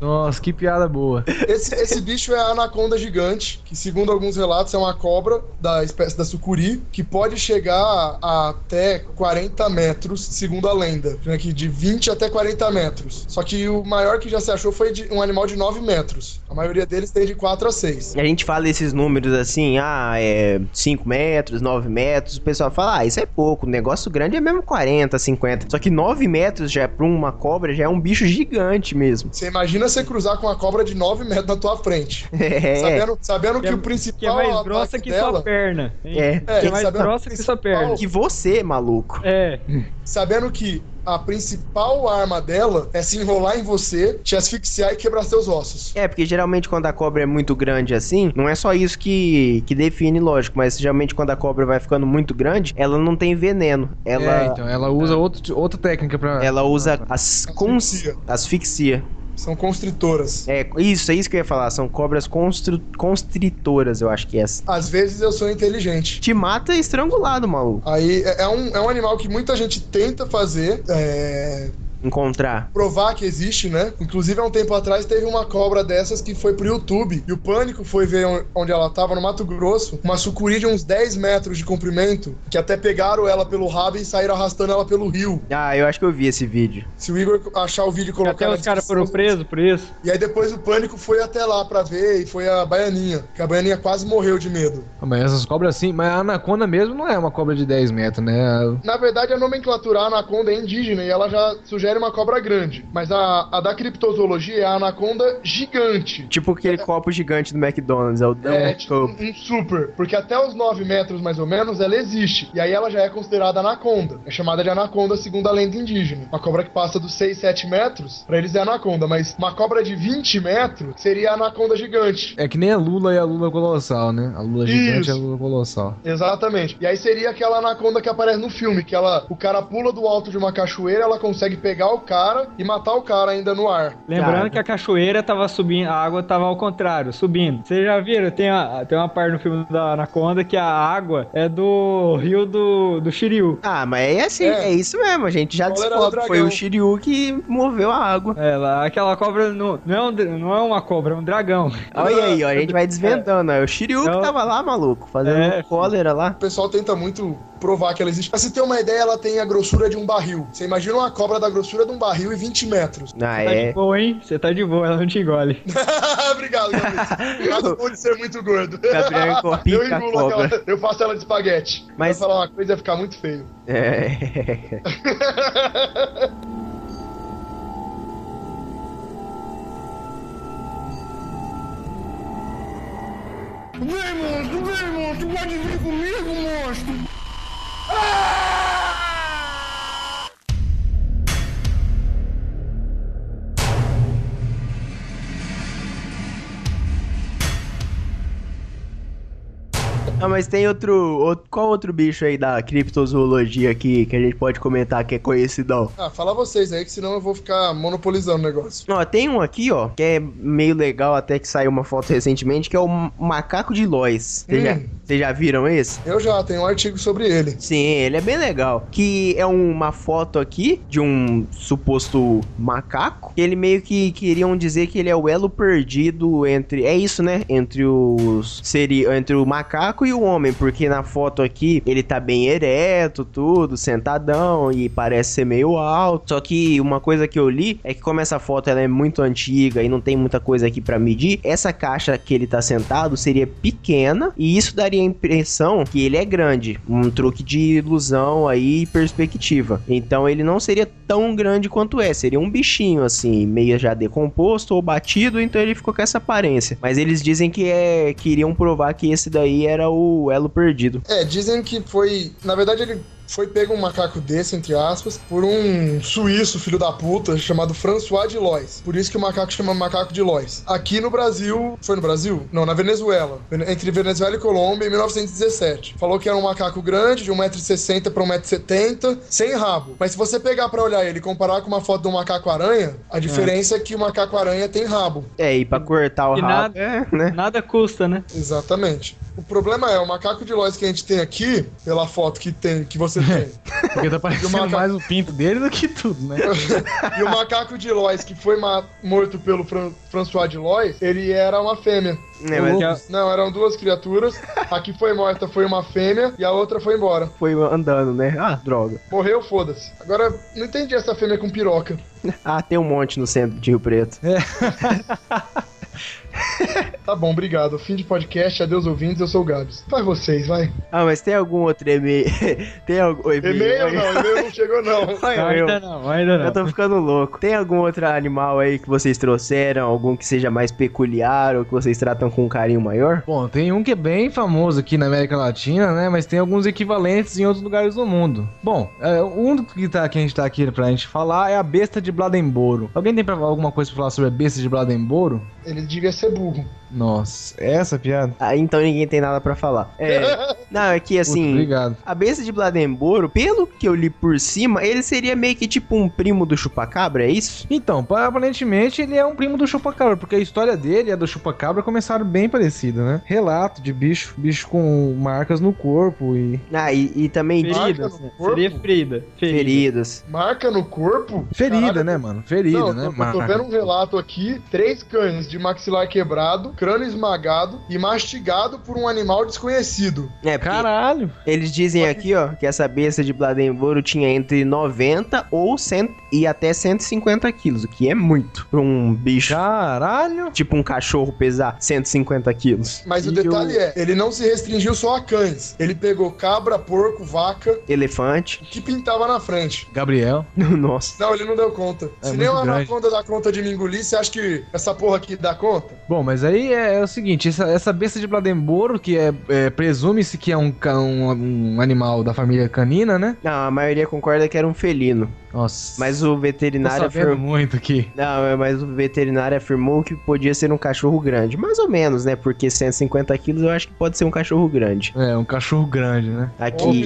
Nossa, que piada boa.
Esse, esse bicho é a anaconda gigante, que segundo alguns relatos é uma cobra da espécie da sucuri, que pode chegar a até 40 metros, segundo a lenda. né, que de 20 até 40 metros. Só que o maior que já se achou foi de um animal de 9 metros. A maioria deles tem de 4 a 6.
A gente fala esses números assim, ah, é 5 metros, 9 metros, o pessoal fala, ah, isso é pouco, o negócio grande é mesmo 40, 50. Só que 9 metros já pra uma cobra já é um bicho gigante mesmo.
Você imagina você cruzar com uma cobra de 9 metros na tua frente.
É,
Sabendo, sabendo que,
Que é-
o principal.
Que é mais
ataque
grossa que
dela,
sua perna. hein?
é.
É,
Que é mais
sabe-
grossa que sua perna.
Paulo.
Que você, maluco.
É.
Sabendo que a principal arma dela é se enrolar em você, te asfixiar e quebrar seus ossos.
É, porque geralmente quando a cobra é muito grande assim, não é só isso que, que define, lógico, mas geralmente quando a cobra vai ficando muito grande, ela não tem veneno. Ela,
É, então, ela usa outro, outra técnica pra.
ela usa as cons...
Asfixia.
asfixia.
São constritoras.
É, isso, é isso que eu ia falar. São cobras constru... constritoras, eu acho que é essa.
Às vezes eu sou inteligente.
Te mata estrangulado, maluco.
Aí é é um, é um animal que muita gente tenta fazer, é,
encontrar.
provar que existe, né? Inclusive, há um tempo atrás teve uma cobra dessas que foi pro YouTube. E o pânico foi ver on- onde ela tava, no Mato Grosso, uma sucuri de uns 10 metros de comprimento, que até pegaram ela pelo rabo e saíram arrastando ela pelo rio.
Ah, eu acho que eu vi esse vídeo.
Se o Igor achar o vídeo e
Que
colocar.
até
na
os caras
descrição-
foram presos por isso.
E aí depois o pânico foi até lá pra ver e foi a Baianinha. Que a Baianinha quase morreu de medo.
Ah, Mas essas cobras sim, mas a anaconda mesmo não é uma cobra de 10 metros, né?
Na verdade, a nomenclatura anaconda é indígena e ela já sugere uma cobra grande. Mas a, a da criptozoologia é a anaconda gigante.
Tipo aquele copo gigante do McDonald's, é o Double
É, tipo,
Cup.
um super. Porque até os 9 metros, mais ou menos, ela existe. E aí ela já é considerada anaconda. É chamada de anaconda segundo a lenda indígena. Uma cobra que passa dos 6, 7 metros, pra eles é anaconda. Mas uma cobra de 20 metros seria a anaconda gigante.
É que nem a Lula e a Lula colossal, né? A Lula gigante
Isso.
e a Lula colossal.
Exatamente. E aí seria aquela anaconda que aparece no filme, que ela, o cara pula do alto de uma cachoeira, ela consegue pegar o cara e matar o cara ainda no ar.
Lembrando que a cachoeira tava subindo, a água tava ao contrário, subindo. Vocês já viram? Tem, a- tem uma parte no filme da Anaconda que a água é do rio do, do Shiryu.
Ah, mas é assim, é,
É.
isso mesmo, a gente já
Qual era o
descobre que foi
dragão?
o Shiryu que moveu a água.
Ela, É, aquela cobra não, não, é um dra- não é uma cobra, é um dragão.
Olha aí, ó, a gente vai desvendando, é o Shiryu que
Não.
tava lá, maluco, fazendo
É.
cólera lá.
O pessoal tenta muito provar que ela existe. Pra se ter uma ideia, ela tem a grossura de um barril. Você imagina uma cobra da grossura de um barril e 20 metros.
Ah,
Tá de
é.
boa, hein? Você tá de boa, ela não te engole.
Obrigado, Gabriel. Caso pode ser muito gordo.
Gabriel enco-
eu
pica a
engulo
cobra.
aquela. Eu faço ela de espaguete.
Mas-
Mas falar uma coisa ia ficar muito feio.
É. Ah, mas tem outro, outro. Qual outro bicho aí da criptozoologia aqui que a gente pode comentar que é conhecidão?
Ah, fala vocês aí, que senão eu vou ficar monopolizando o negócio.
Ó, tem um aqui, ó, que é meio legal, até que saiu uma foto recentemente, que é o macaco de Lois. Vocês já,
Hum.
vocês já viram esse?
Eu já tenho um artigo sobre ele.
Sim, ele é bem legal. Que é uma foto aqui de um suposto macaco. Que ele meio que queriam dizer que ele é o elo perdido entre. É isso, né? Entre os. Seria entre o macaco e o homem. Porque na foto aqui ele tá bem ereto, tudo, sentadão. E parece ser meio alto. Só que uma coisa que eu li é que, como essa foto ela é muito antiga e não tem muita coisa aqui pra medir, essa caixa que ele tá sentado seria pequena. E isso daria a impressão que ele é grande. Um truque de ilusão aí e perspectiva. Então ele não seria tão grande quanto é. Seria um bichinho assim, meio já decomposto ou batido. Então ele ficou com essa aparência. Mas eles dizem que é. Queriam provar que esse daí era o elo perdido.
É, dizem que foi. Na verdade, ele foi pego um macaco desse, entre aspas, por um suíço, filho da puta, chamado François de Lois. Por isso que o macaco chama macaco de Lois. Aqui no Brasil. Foi no Brasil? Não, na Venezuela. Vene- Entre Venezuela e Colômbia, em 1917. Falou que era um macaco grande, de 1,60m pra 1,70m, sem rabo. Mas se você pegar pra olhar ele e comparar com uma foto de um macaco-aranha, a diferença é, que o macaco-aranha tem rabo.
É, e pra cortar o
E
rabo.
nada.
É, né?
Nada custa, né?
Exatamente. O problema é, o macaco de Lois que a gente tem aqui, pela foto que tem, que você tem.
Porque tá parecendo
macaco.
mais o pinto dele do que tudo, né?
E o macaco de Lois, que foi ma- morto pelo Fran François de Lois, ele era uma fêmea.
É, mas
Já
Não, eram duas criaturas. A que foi morta foi uma fêmea e a outra foi embora.
foi andando, né? Ah, droga.
Morreu, foda-se. Agora, não entendi essa fêmea com piroca.
Ah, tem um monte no centro de Rio Preto.
Tá bom, obrigado. Fim de podcast, adeus ouvintes, eu sou o Gabs. Vai vocês, vai.
Ah, mas tem algum outro e-mail? tem algum
E-mail não, e-mail não chegou não.
Olha
Não,
eu.
ainda não, ainda
Eu
não.
tô ficando louco. Tem algum outro animal aí que vocês trouxeram? Algum que seja mais peculiar ou que vocês tratam com um carinho maior?
Bom, tem um que é bem famoso aqui na América Latina, né? Mas tem alguns equivalentes em outros lugares do mundo. Bom, é, o único que, tá, que a gente tá aqui pra gente falar é a besta de Blademboro. Alguém tem pra, alguma coisa pra falar sobre a besta de Blademboro?
Ele devia ser burro.
Nossa, essa piada?
Ah, então ninguém tem nada pra falar. É, não, é que
Puta,
assim,
obrigado.
a besta de Blademboro, pelo que eu li por cima, ele seria meio que tipo um primo do chupacabra, é isso?
Então, pa- aparentemente ele é um primo do chupacabra, porque a história dele e a do chupacabra começaram bem parecida, né? Relato de bicho, bicho com marcas no corpo e
Ah, e, e também
Ferida.
de
Feridas.
Marca no corpo?
assim, Seria ferida. Ferida.
feridas.
Marca no corpo?
ferida,
Caralho,
né, mano? Ferida,
Não,
né?
eu tô- eu tô,
Marca.
vendo um relato aqui: três cães de maxilar quebrado, crânio esmagado e mastigado por um animal desconhecido.
É, porque
Caralho.
Eles dizem aqui, ó, que essa besta de Blademboro tinha entre 90 ou 100 e até 150 quilos, o que é muito pra um bicho,
Caralho.
tipo um cachorro pesar 150 quilos.
Mas o
E
detalhe é, ele não se restringiu só a cães. Ele pegou cabra, porco, vaca,
Elefante,
o que pintava na frente.
Gabriel.
nossa.
Não, ele não deu conta.
É
Se
muito
nem uma
grande.
anaconda dá conta de me engolir, você acha que essa porra aqui dá conta?
Bom, mas aí é, é o seguinte, essa, essa besta de Blademboro, que é, é, presume-se que é um, ca- um, um animal da família canina, né?
Não, a maioria concorda que era um felino,
Nossa.
mas o é
tô
veterinário
Tá sabendo
afirmou...
muito aqui.
Não, é, mas o veterinário afirmou que podia ser um cachorro grande. Mais ou menos, né? Porque 150 quilos eu acho que pode ser um cachorro grande.
É, um cachorro grande, né?
Aqui,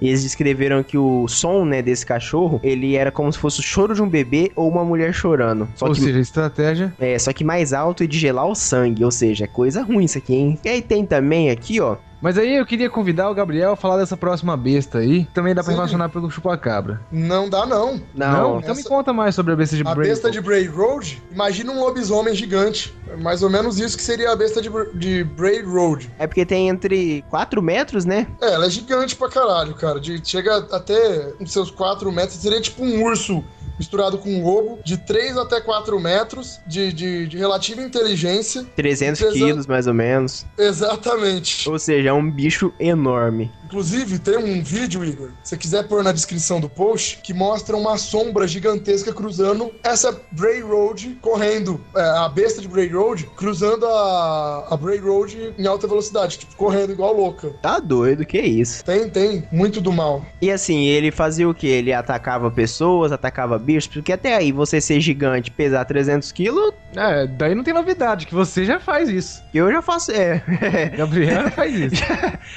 E eles descreveram que o som, né, desse cachorro, ele era como se fosse o choro de um bebê ou uma mulher chorando. Só
Ou
que,
seja, a estratégia...
é, só que mais alto e de gelar o sangue, ou seja, é coisa ruim isso aqui, hein? E aí tem também aqui, ó,
Mas aí eu queria convidar o Gabriel a falar dessa próxima besta aí. que Também dá pra
Sim.
relacionar pelo chupacabra.
Não dá, não.
Não?
não,
Então me
Essa-
conta mais sobre a besta de
A
Brave.
besta de Bray Road, imagina um lobisomem gigante. É mais ou menos isso que seria a besta de, Br- de Bray Road.
é porque tem entre 4 metros, né?
É, ela é gigante pra caralho, cara. De- chega até os seus 4 metros, seria tipo um urso misturado com um lobo, de 3 até 4 metros, de, de, de relativa inteligência.
300
Pesa-
quilos, mais ou menos.
Exatamente.
Ou seja, é um bicho enorme.
Inclusive, tem um vídeo, Igor, se você quiser pôr na descrição do post, que mostra uma sombra gigantesca cruzando essa Bray Road, correndo, é, a besta de Bray Road, cruzando a, a Bray Road em alta velocidade, tipo, correndo igual louca.
Tá doido, que isso.
Tem, tem, muito do mal.
E assim, ele fazia o que? Ele atacava pessoas, atacava bichos, porque até aí você ser gigante, pesar 300 quilos,
É, daí não tem novidade, que você já faz isso.
eu já faço. É.
Gabriel faz isso.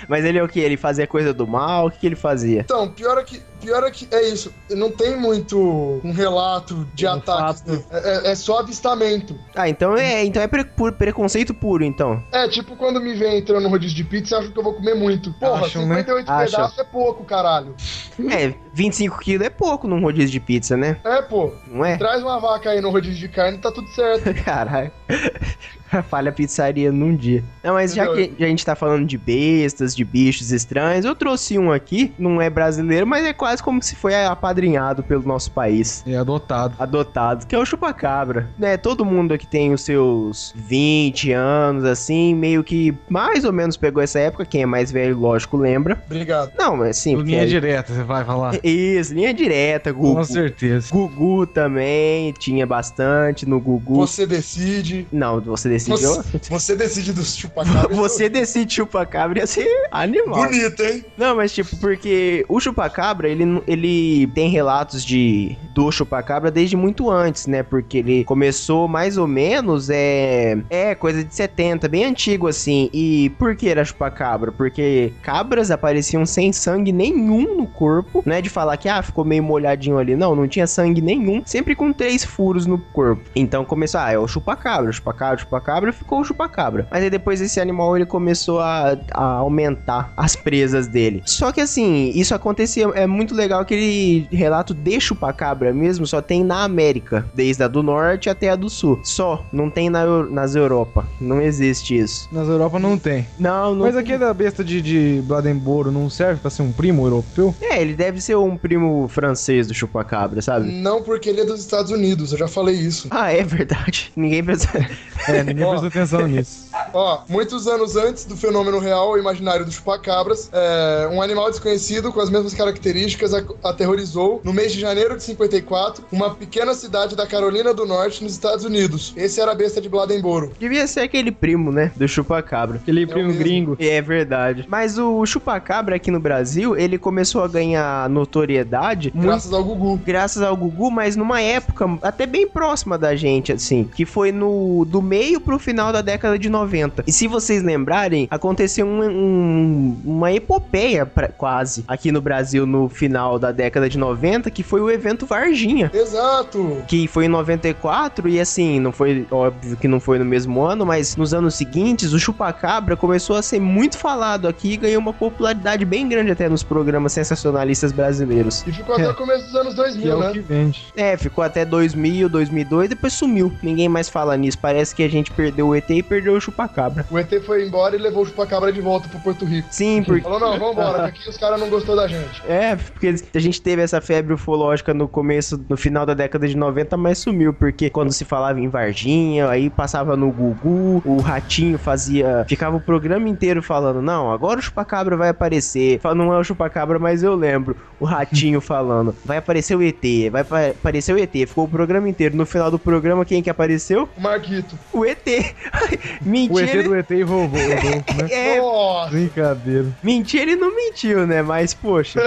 Mas ele é o que? Ele fazia coisa do mal? O que, que ele fazia?
Então, pior é que, pior é, que é isso, não tem muito um relato de
Um
ataques,
fato.
né? é, é- é só avistamento.
Ah, então é, então é pre- por preconceito puro, então.
É, tipo quando me vem entrando no rodízio de pizza, acho que eu vou comer muito. Porra,
Acham, né?
58
Acham.
pedaços é pouco, caralho.
É, 25 quilos é pouco num rodízio de pizza, né?
É, pô.
Não é?
Traz uma vaca aí no rodízio de carne, tá tudo certo.
Caralho. Falha a pizzaria num dia. Não, mas já que a gente tá falando de bestas, de bichos estranhos, eu trouxe um aqui, não é brasileiro, mas é quase como se foi apadrinhado pelo nosso país.
É adotado.
adotado, que é o chupacabra. Né, todo mundo que tem os seus 20 anos, assim, meio que mais ou menos pegou essa época. Quem é mais velho, lógico, lembra.
Obrigado.
Não, mas assim. porque
Linha
aí-
direta, você vai falar.
Isso, linha direta, Gugu.
Com certeza.
Gugu também, tinha bastante no Gugu.
Você decide.
Não, você decidiu.
Você, você decide dos chupacabras.
Você decide chupacabra ia ser animal.
Bonito, hein?
Não, mas tipo, porque o chupacabra, ele, n- ele tem relatos de do chupacabra desde muito antes, né? Porque ele começou mais ou menos, é, é coisa de 70, bem antigo assim. E por que era chupacabra? Porque cabras apareciam sem sangue nenhum no corpo, né? De falar que, ah, ficou meio molhadinho ali. Não, não tinha sangue nenhum, sempre com três furos no corpo. Então começou, ah, é o chupacabra, chupacabra, chupacabra, ficou o chupacabra. Mas aí depois esse animal, ele começou a, a aumentar as presas dele. Só que assim, isso acontecia, é muito legal aquele relato de chupacabra mesmo, só tem na América, desde a do norte até a do sul. Só, não tem na, Eu- nas Europa, não existe isso.
Nas Europa não tem.
Não, não
Mas aqui é- da besta de, de Blademboro não serve pra ser um primo europeu?
É, ele deve ser um primo francês do chupacabra,
Hum.
sabe?
Não porque ele é dos Estados Unidos, eu já falei isso.
Ah, é verdade. Ninguém pensa.
É, ninguém
Ó.
prestou atenção nisso.
Ó, muitos anos antes do fenômeno real ou imaginário dos chupacabras, é, um animal desconhecido com as mesmas características ac- aterrorizou, no mês de janeiro de 54, uma pequena cidade da Carolina do Norte, nos Estados Unidos. Esse era a besta de Blademboro.
Devia ser aquele primo, né? Do chupacabra.
Aquele
o
primo
mesmo.
gringo.
É verdade. Mas o chupacabra aqui no Brasil, ele começou a ganhar notoriedade muito
Graças ao Gugu.
graças ao Gugu, mas numa época até bem próxima da gente, assim, que foi no do meio pro final da década de 90. E se vocês lembrarem, aconteceu um- um- uma epopeia pra- quase aqui no Brasil no final da década de 90, que foi o evento Varginha.
Exato!
Que foi em 94, e assim, não foi óbvio que não foi no mesmo ano, mas nos anos seguintes, o chupacabra começou a ser muito falado aqui e ganhou uma popularidade bem grande até nos programas sensacionalistas brasileiros.
E ficou até o começo dos anos
Que é
2000,
o
né?
que vende.
É, ficou até 2000, 2002, depois sumiu. Ninguém mais fala nisso. Parece que a gente perdeu o ET e perdeu o chupacabra.
O ET foi embora e levou o chupacabra de volta pro Porto Rico.
Sim, porque
Falou, não, vambora, que aqui os caras não gostou da gente.
é, porque a gente teve essa febre ufológica no começo, no final da década de 90, mas sumiu, porque quando se falava em Varginha, aí passava no Gugu, o Ratinho fazia, ficava o programa inteiro falando, não, agora o chupacabra vai aparecer. Fala, Não é o chupacabra, mas eu lembro. O Ratinho falando, vai aparecer o ET, vai pa- aparecer o ET. Ficou o programa inteiro. No final do programa, quem que apareceu?
O Marquito.
O ET.
O
mentir,
ET
ele...
do ET e vovô, né?
É,
Nossa!
Brincadeira.
mentir ele não mentiu, né? Mas, poxa.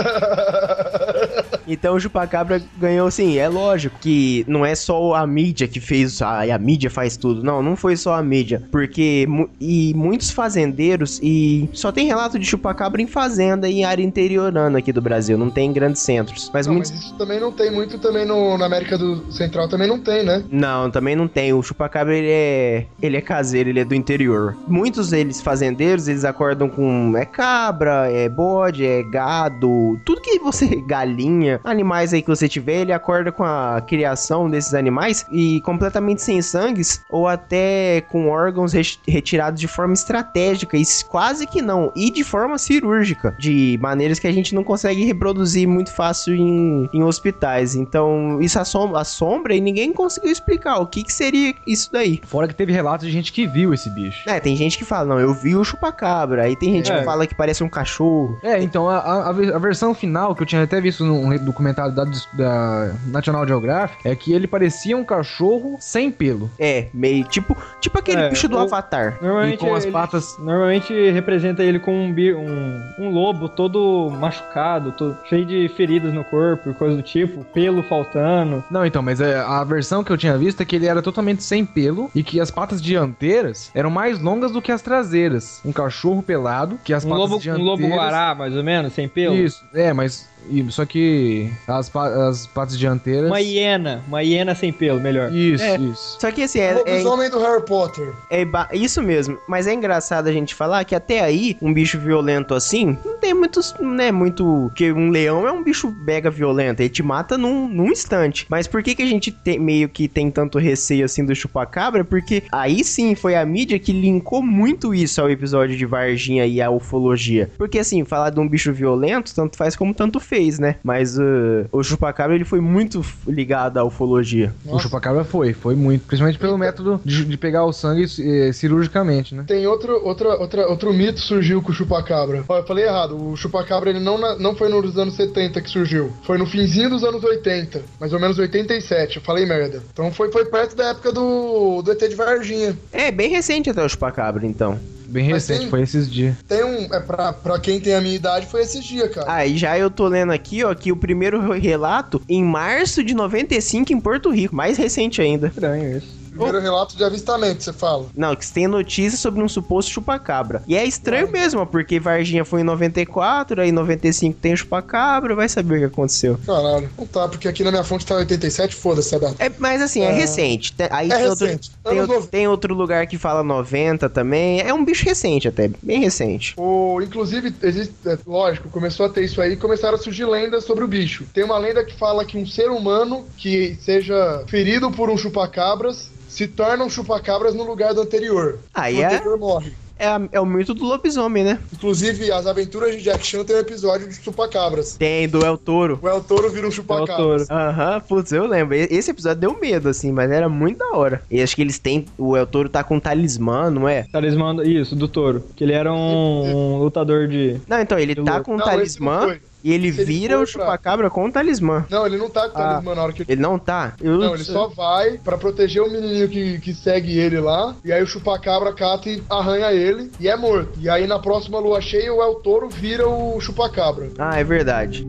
Então o Chupacabra ganhou, sim. É lógico que não é só a mídia que fez. A, a mídia faz tudo. Não, não foi só a mídia. Porque. mu- E muitos fazendeiros. E só tem relato de Chupacabra em fazenda e em área interiorana aqui do Brasil. Não tem em grandes centros. Mas
Não,
muitos.
mas isso também não tem muito também no, na América do Central também não tem, né?
Não, também não tem. O chupacabra ele é, ele é caseiro, ele é do interior. Muitos deles fazendeiros, eles acordam com é cabra, é bode, é gado, tudo que você galinha, animais aí que você tiver, ele acorda com a criação desses animais e completamente sem sangues ou até com órgãos res- retirados de forma estratégica e s- quase que não e de forma cirúrgica, de maneiras que a gente não consegue reproduzir muito fácil em, em hospitais. Então, isso assom- assombra e ninguém conseguiu explicar o que, que seria isso daí.
Fora que teve relatos de gente que viu esse bicho.
É, tem gente que fala, não, eu vi o chupacabra. Aí tem gente
É.
que fala que parece um cachorro.
É, então, a, a- a ve- a versão final, que eu tinha até visto num re- documentário da, dis- da National Geographic, é que ele parecia um cachorro sem pelo.
É, meio tipo, tipo aquele
É,
bicho do
ou-
Avatar.
E
Normalmente
com as
ele-
patas
Normalmente representa ele com um, bi- um- um lobo todo machucado, todo cheio de feridas no corpo e coisa do tipo, pelo faltando.
Não, então, mas é, a versão que eu tinha visto é que ele era totalmente sem pelo e que as patas dianteiras eram mais longas do que as traseiras. Um cachorro pelado, que as
Um
patas
lobo, um
dianteiras...
lobo guará, mais ou menos, sem pelo.
Isso, é, mas... e- Só que as, pa- as patas dianteiras...
Uma hiena, uma hiena sem pelo, melhor.
Isso,
É.
isso.
Só que assim, é, é,
Lobisomem do Harry Potter.
É ba- isso mesmo, mas é engraçado a gente falar que até aí, um bicho violento assim, não tem muitos, né, muito... que um leão é um bicho mega violento, ele te mata num, num instante. Mas por que que a gente tem- meio que tem tanto receio assim do chupacabra? Porque aí sim foi a mídia que linkou muito isso ao episódio de Varginha e à ufologia. Porque assim, falar de um bicho violento, tanto faz como tanto fez, né? Mas uh, o chupacabra, ele foi muito f- ligado à ufologia.
O chupacabra foi, foi muito. Principalmente pelo método de, de pegar o sangue eh, cirurgicamente, né?
Tem outro, outra, outra, outro mito surgiu com o chupacabra. Ó, eu falei errado. O chupacabra ele não, na- não foi nos anos 70 que surgiu. Foi no finzinho dos anos 80. Mais ou menos 87. Eu falei merda. Então foi, foi perto da época do, do ET de Varginha.
É, bem recente até o chupacabra, então.
Bem
Mas
recente,
tem-
foi esses dias.
Tem um. É, pra, pra quem tem a minha idade, foi esses dias, cara.
Aí já eu tô lendo aqui, ó, que o primeiro re- relato em março de 95 em Porto Rico, mais recente ainda.
Estranho isso.
Primeiro relato de avistamento, você fala.
Não, que tem notícia sobre um suposto chupacabra. E é estranho mesmo, ó, porque Varginha foi em 94, aí em 95 tem o chupacabra, vai saber o que aconteceu.
Caralho. Não tá, porque aqui na minha fonte tá 87, foda-se a data.
É, mas assim, é,
É.
recente. Te- Aí
É
tem, outro,
recente.
tem,
Anos
outro-
90.
tem outro lugar que fala 90 também. É um bicho recente até, bem recente.
O, inclusive, existe, é, lógico, começou a ter isso aí, começaram a surgir lendas sobre o bicho. Tem uma lenda que fala que um ser humano que seja ferido por um chupacabras se torna um chupacabras no lugar do anterior.
Aí
o
é-
anterior morre.
é, a- é o mito do lobisomem, né?
Inclusive, as aventuras de Jack Chan tem um episódio de chupacabras.
Tem, do El Toro.
O El Toro vira um
É o touro.
chupacabras.
Aham, putz, eu lembro. E- Esse episódio deu medo, assim, mas era muito da hora. E acho que eles têm. O El Toro tá com um talismã, não é?
Talismã, do- isso, do touro. Que ele era um, um lutador de.
Não, então, ele
Eu-
tá com um
Não, esse não
talismã
foi.
e ele
Esse ele
vira
foi
o
pra-
chupacabra com o talismã.
Não, ele não tá com o
Ah.
talismã na hora que ele.
Ele não tá? Eu-
Não, ele só vai pra proteger o menininho que, que segue ele lá. E aí o chupacabra cata e arranha ele e é morto. E aí na próxima lua cheia, o El Toro vira o chupacabra.
Ah, é verdade.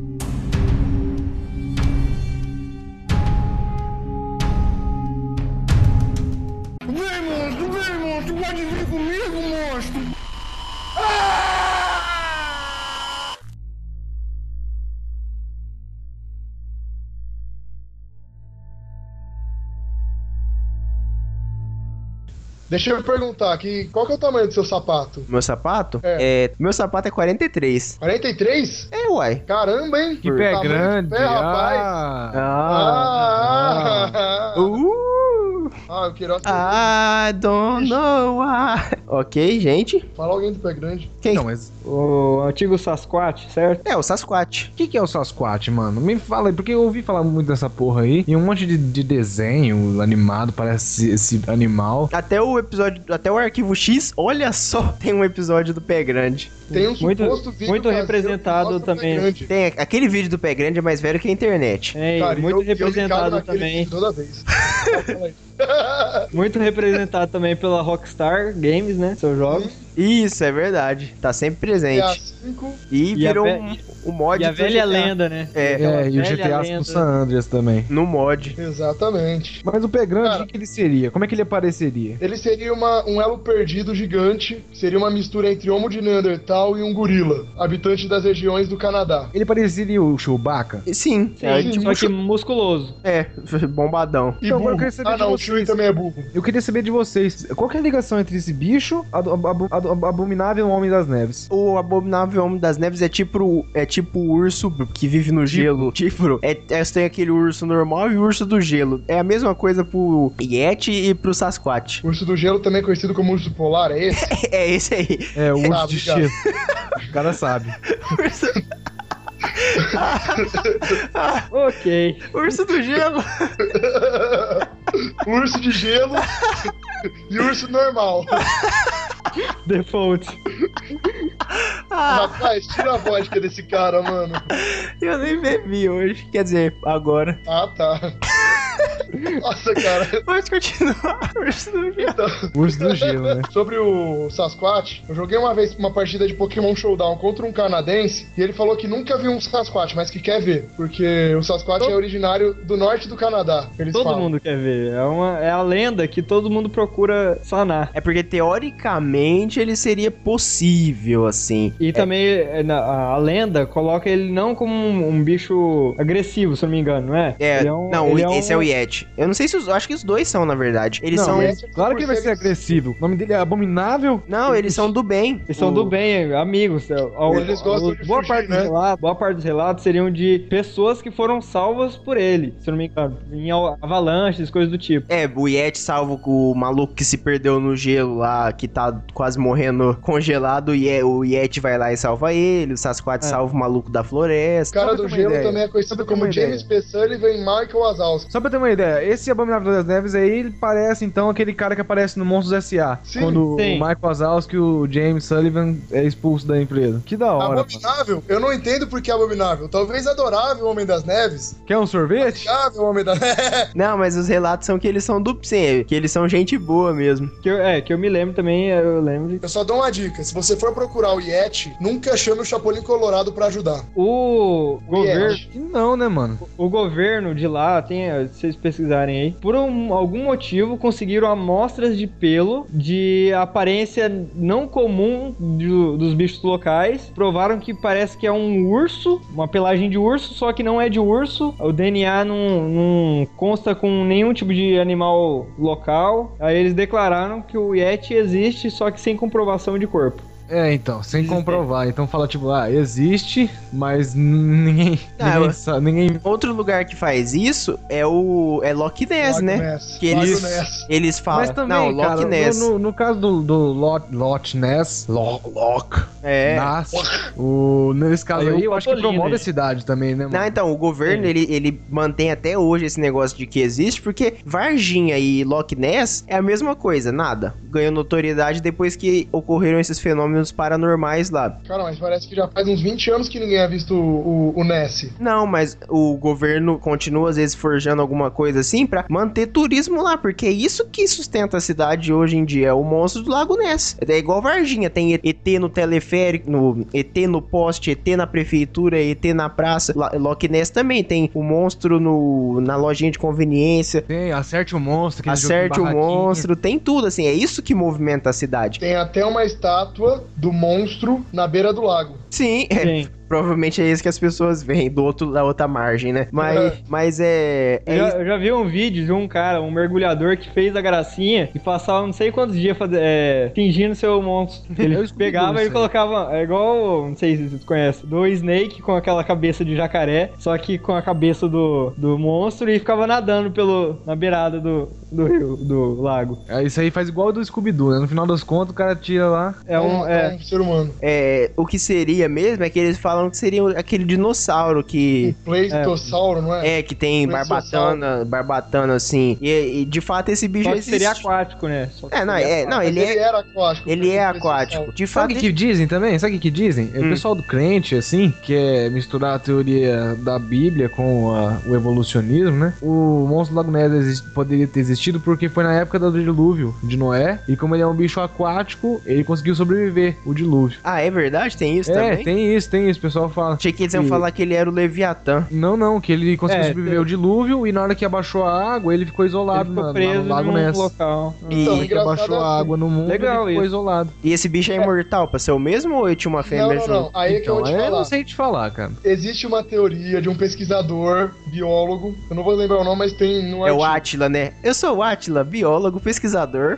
Deixa eu perguntar aqui, qual que é o tamanho do seu sapato?
Meu sapato?
É.
É, Meu sapato é 43.
43?
É, uai.
Caramba, hein?
Que Tá pé
Tamanho de
grande.
Pé, rapaz.
ah.
Ah.
Ah,
Uh.
Ah, eu quero
I don't know why. Ok, gente.
Fala alguém do pé grande.
Quem?
Não, mas
O antigo Sasquatch, certo?
É, o Sasquatch.
o que, que é o Sasquatch, mano? Me fala aí, porque eu ouvi falar muito dessa porra aí. E um monte de, de desenho animado, parece esse animal.
Até o episódio, até o arquivo X, olha só, tem um episódio do Pé Grande.
Tem um
Muito-
suposto vídeo
muito
caseiro
representado
que mostra o pé
também.
grande.
Tem a- aquele vídeo do Pé Grande é mais velho que a internet.
É,
Cara, eu- eu
muito
ligado
representado
naquele
também.
vídeo Toda vez.
Muito representado também pela Rockstar Games, né? Seus jogos.
Isso, é verdade. Tá sempre
GTA
presente.
5,
E,
E a
virou
ve-
um, um mod
E a
do GTA.
velha lenda, né?
É,
Aquela
É, e o
velha
GTA
lenda.
com San Andreas também.
no mod.
exatamente.
Mas o pé grande,
Cara.
o que que ele seria? Como é que ele apareceria?
Ele seria uma, um elo perdido gigante, seria uma mistura entre homo de Neandertal e um gorila, habitante das regiões do Canadá.
Ele pareceria o Chewbacca?
Sim, é,
Sim,
tipo,
só que musculoso.
é, bombadão.
E
Então, agora eu
burro.
queria saber
Ah,
de
não, o
vocês.
Chewie também é burro.
Eu queria saber de vocês, qual que é a ligação entre esse bicho, ado- abu- ado- abominável um Homem das Neves?
O abominável homem das neves é tipo é tipo o urso que vive no gelo. Tipo, é, é- tem aquele urso normal e o urso do gelo. É a mesma coisa pro Yeti e pro Sasquatch.
O urso do gelo também é conhecido como urso polar, é esse?
É esse aí.
É, o urso
Tá,
de
obrigado.
gelo. O cara sabe.
Urso,
Ok.
urso do gelo.
urso de gelo e urso normal.
Default.
Ah,
Rapaz, tira a vodka desse cara, mano.
eu nem bebi hoje. Quer dizer, agora.
Ah, tá. Nossa, cara.
Mas continuar. Urso do gelo.
O urso do gelo, né?
Sobre o Sasquatch, eu joguei uma vez uma partida de Pokémon Showdown contra um canadense e ele falou que nunca viu um Sasquatch, mas que quer ver, porque o Sasquatch é originário do norte do Canadá. Eles
Todo
falam.
mundo quer ver. É, uma, é a lenda que todo mundo procura sanar.
É porque teoricamente ele seria possível, assim.
E também é, na- a, a lenda coloca ele não como um, um bicho agressivo, se eu não me engano, não é?
É,
Ele um-
não,
ele
esse é,
um-
o Yeti. Eu não sei se os. eu Acho que os dois são, na verdade. Eles
Não,
são.
mas
é
claro
tipo
que ele vai
um
ser agressivo. O nome dele é Abominável?
Não, eles são do bem.
Eles são do bem, amigos. É, Ao-
Eles gostam
ao-
de
boa,
fugir,
parte
né?
dos relatos, boa parte dos relatos seriam de pessoas que foram salvas por ele, se eu não me engano. Em al- avalanches, coisas do tipo.
É, o Yeti salvo o maluco que se perdeu no gelo lá, que tá quase morrendo congelado, e é- o Yeti vai lá e salva ele, o Sasquatch
É.
salva o maluco da
O
floresta.
cara
Só pra
do
ter uma
gelo
ideia.
também é
Só
conhecido
pra ter
como
uma
James P. Sullivan e Michael Wazowski.
Só pra ter uma ideia, esse Abominável das Neves aí, ele parece então aquele cara que aparece no Monstros S.A.
Sim,
quando
sim.
o Michael Wazowski e o James Sullivan é expulso da empresa. Que da hora. mano.
abominável? Eu não entendo por que é abominável. Talvez adorável Homem das Neves.
Quer um sorvete?
Odiável Homem das Neves.
Não, mas os relatos são que eles são do. Sim, que eles são gente boa mesmo.
Que eu- é, que eu me lembro também, eu lembro. de-
Eu só dou uma dica. Se você for procurar o Yeti, nunca chame o Chapolin Colorado pra ajudar.
O governo,
Yeti.
Que não, né, mano?
o governo de lá, tem, se vocês pesquisarem aí, por um- algum motivo conseguiram amostras de pelo de aparência não comum do- dos bichos locais. Provaram que parece que é um urso, uma pelagem de urso, só que não é de urso. O DNA não, não consta com nenhum tipo de animal local. Aí eles declararam que o Yeti existe, só que sem comprovação de corpo.
É, então, sem comprovar. Então fala tipo, ah, existe, mas n- ninguém.
Ah,
ninguém,
eu-
sa- ninguém-
Outro lugar que faz isso é o é Loch Ness,
Loch
né?
Ness.
Que
Loch
eles,
Ness.
eles falam.
Mas também,
não, Loch
cara,
Ness.
No, no- no caso do, do Lot, Lot Ness, Lo- Loch
É.
Ness, o, nesse caso
Aí
aí,
o
eu acho que
Patolino,
promove a
gente.
cidade também, né,
Não,
mano?
então, o governo, ele, ele mantém até hoje esse negócio de que existe, porque Varginha e Loch Ness é a mesma coisa, nada. Ganhou notoriedade depois que ocorreram esses fenômenos paranormais lá.
Cara, mas parece que já faz uns 20 anos que ninguém havia visto o, o, o Ness.
Não, mas o governo continua, às vezes, forjando alguma coisa assim pra manter turismo lá, porque é isso que sustenta a cidade hoje em dia, é o monstro do Lago Ness. É igual Varginha, tem ET no teleférico, no ET no poste, ET na prefeitura, ET na praça. Lá- Loch Ness também tem o monstro no, na lojinha de conveniência.
Tem, acerte o monstro. aquele jogo de
Acerte o
barraquinha.
monstro, tem tudo, assim, é isso que movimenta a cidade.
Tem até uma estátua do monstro na beira do lago.
Sim, é,
Sim.
provavelmente é isso que as pessoas veem do outro, da outra margem, né? Mas,
É.
mas é.
Eu
é
já, eu já vi um vídeo de um cara, um mergulhador, que fez a gracinha e passava não sei quantos dias faze- é, fingindo ser o monstro.
Eu
Ele
escutei
pegava
isso
e
aí.
colocava, é igual, não sei se tu conhece, do Snake com aquela cabeça de jacaré, só que com a cabeça do, do monstro e ficava nadando pelo, na beirada do, do rio, do lago.
É, isso aí faz igual do Scooby-Doo, né? No final das contas, o cara tira lá.
É um. É,
um ser humano.
é, o que seria mesmo é que eles falam que seria aquele dinossauro que.
Um Pleistossauro, não é?
É, que tem
Mas
barbatana, barbatana assim. E, e, de fato esse bicho
só que
existe.
seria aquático, né? Só que
É, não,
seria
é,
aquático.
não ele, é,
era aquático. porque o
ele é
um pleistossauro-
aquático. De fato,
Sabe o que que dizem também? Sabe o que, que dizem? É
Hum.
O pessoal do crente, assim, que é misturar a teoria da Bíblia com a- o evolucionismo, né? O monstro do Lago Ness exi- poderia ter existido porque foi na época do dilúvio de Noé. E como ele é um bicho aquático, ele conseguiu sobreviver o dilúvio.
Ah, é verdade? Tem isso
é,
também?
tem isso, tem isso. O pessoal fala.
Achei que eles iam
E-
falar que ele era o Leviatã.
Não, não, que ele conseguiu
É,
sobreviver
tem-
ao dilúvio e na hora que abaixou a água, ele ficou
Ele
isolado
ficou
na-
preso
na- no Lago
num
Ness.
local.
Então,
E-
Que
engraçado
abaixou
é
a
assim.
água no mundo,
Legal
ele ficou
isso.
isolado.
E esse bicho é imortal pra ser o mesmo ou ele tinha uma
Não,
fêmea
não,
junto?
não. Aí é que eu vou
então,
te
eu
falar.
não sei te falar, cara.
Existe uma teoria de um pesquisador, biólogo, eu não vou lembrar o nome, mas tem no
É
artigo.
o Átila, né? Eu sou o Átila, biólogo, pesquisador.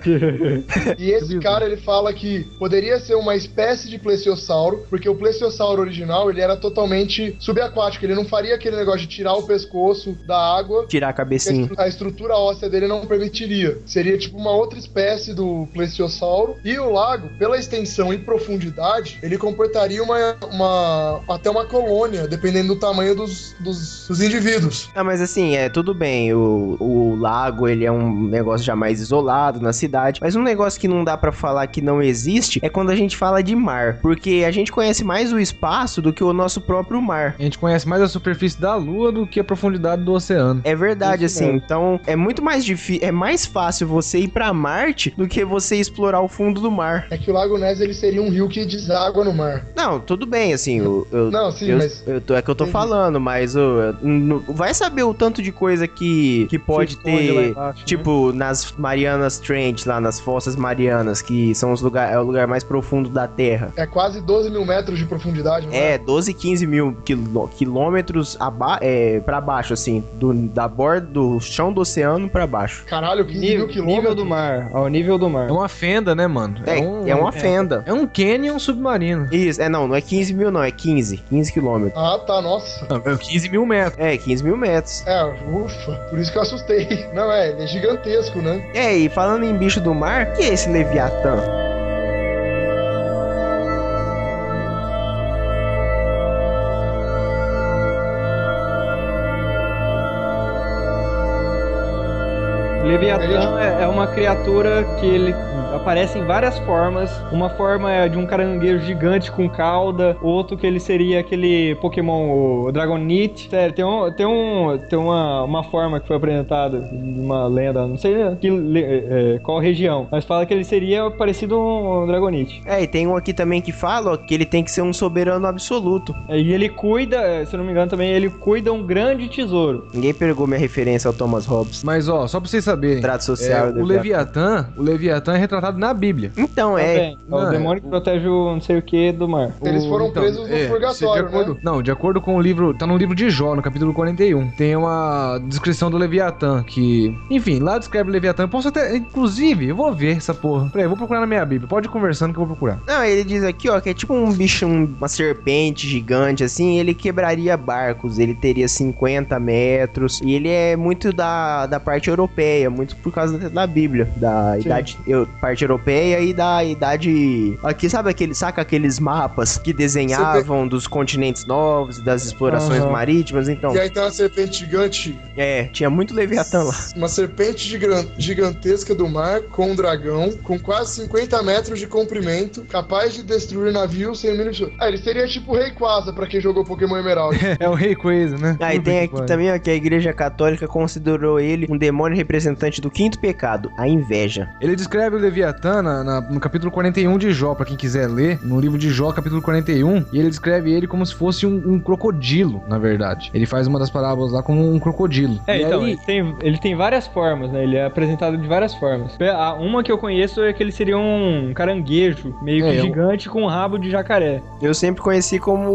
E esse cara, ele fala que poderia ser uma espécie de plesiosauro, porque o plesiosauro original, ele era totalmente subaquático, ele não faria aquele negócio de tirar o pescoço da água,
Tirar a
que a
cabecinha.
estru- a estrutura óssea dele não permitiria. Seria tipo uma outra espécie do plesiosauro. E o lago, pela extensão e profundidade, ele comportaria uma, uma- até uma colônia, dependendo do tamanho dos, dos- dos indivíduos.
Ah, mas assim, é tudo bem. O, o lago, ele é um negócio já mais isolado na cidade. Mas um negócio que não dá pra falar que não existe é quando a gente fala de mar. Porque a gente conhece mais o espaço do que o nosso próprio mar.
A gente conhece mais a superfície da Lua do que a profundidade do oceano.
É verdade,
Isso
assim.
mesmo.
Então, é muito mais difícil. É mais fácil você ir pra Marte do que você explorar o fundo do mar.
É que o Lago Ness ele seria um rio que deságua no mar.
Não, tudo bem, assim. Eu, eu-
Não, sim,
eu,
mas.
eu tô, é que eu tô
Entendi.
falando, mas ô, n- vai saber o tanto de coisa que, que pode
Se esconde lá
ter.
embaixo, né?
Uhum.
Tipo, nas Marianas Trench, lá nas Fossas Marianas, que são os lugar, é o lugar mais profundo da Terra.
É quase 12 mil metros de profundidade,
Uhum.
não
É, 12, 15 mil quilô- quilômetros aba é, pra baixo, assim, do, da borda, do chão do oceano pra baixo.
Caralho, 15 mil
nível, nível
quilômetros.
do mar, ao nível do mar.
É uma fenda, né, mano?
É, é,
um,
uma
é.
fenda.
é um canyon submarino.
Isso, é não, não é 15 mil não, é 15, 15 quilômetros.
Ah, tá, nossa.
Não, é 15 mil metros.
É, 15 mil metros.
É, ufa. Por isso que eu assustei. Não, é, ele é gigantesco, né?
É, e falando em bicho do mar, que é esse Leviatã?
Leviatã é é uma criatura que ele aparece em várias formas. Uma forma é de um caranguejo gigante com cauda, outro que ele seria aquele Pokémon o Dragonite. Sério, tem, um, tem, um, tem uma, uma forma que foi apresentada, uma lenda, não sei né, que le- é, é, qual região, mas fala que ele seria parecido um Dragonite.
É, e tem um aqui também que fala ó, que ele tem que ser um soberano absoluto.
É, E ele cuida, é, se eu não me engano também, ele cuida um grande tesouro.
Ninguém pegou minha referência ao Thomas Hobbes.
Mas, ó, só pra vocês saberem.
Trato social
é,
do
o Leviatã, o Leviatã é retratado na Bíblia.
Então, é.
Também. É o
Não,
demônio que protege o não sei o que do mar.
Eles
O-
foram
então,
presos no
é,
purgatório, né?
de acordo, Não, de acordo com o livro, tá no livro de Jó, no capítulo 41. Tem uma descrição do Leviatã que, enfim, lá descreve o Leviatã. Eu posso até, inclusive, eu vou ver essa porra. Peraí, eu vou procurar na minha Bíblia. Pode ir conversando que eu vou procurar.
Não, ele diz aqui, ó, que é tipo um bicho, um- uma serpente gigante, assim, ele quebraria barcos, ele teria 50 metros, e ele é muito da, da parte europeia, muito por causa da, da Bíblia, da idade, eu- parte europeia e da idade, aqui, sabe aquele, saca aqueles mapas que desenhavam dos continentes novos, das explorações
Aham.
marítimas, então,
né? E aí tem uma serpente gigante,
é, tinha muito Leviatã lá.
uma serpente gigan- gigantesca do mar com um dragão, com quase 50 metros de comprimento, capaz de destruir navios sem minutos. Ah, ele seria tipo o Rei Quasa pra quem jogou Pokémon Emerald.
É o Rei Coisa, né?
Aí
Puta
tem
que
aqui
pariu.
também ó, que a Igreja Católica considerou ele um demônio representante do quinto pecado, a inveja.
Ele descreve o Leviatã na- na- no capítulo 41 de Jó, pra quem quiser ler, no livro de Jó, capítulo 41, e ele descreve ele como se fosse um, um crocodilo, na verdade. Ele faz uma das parábolas lá como um crocodilo.
É,
E
então,
aí-
ele, tem, ele tem várias formas, né? Ele é apresentado de várias formas. Pe- a- Uma que eu conheço é que ele seria um caranguejo, meio
É,
que
eu-
gigante com um rabo de jacaré.
Eu sempre conheci como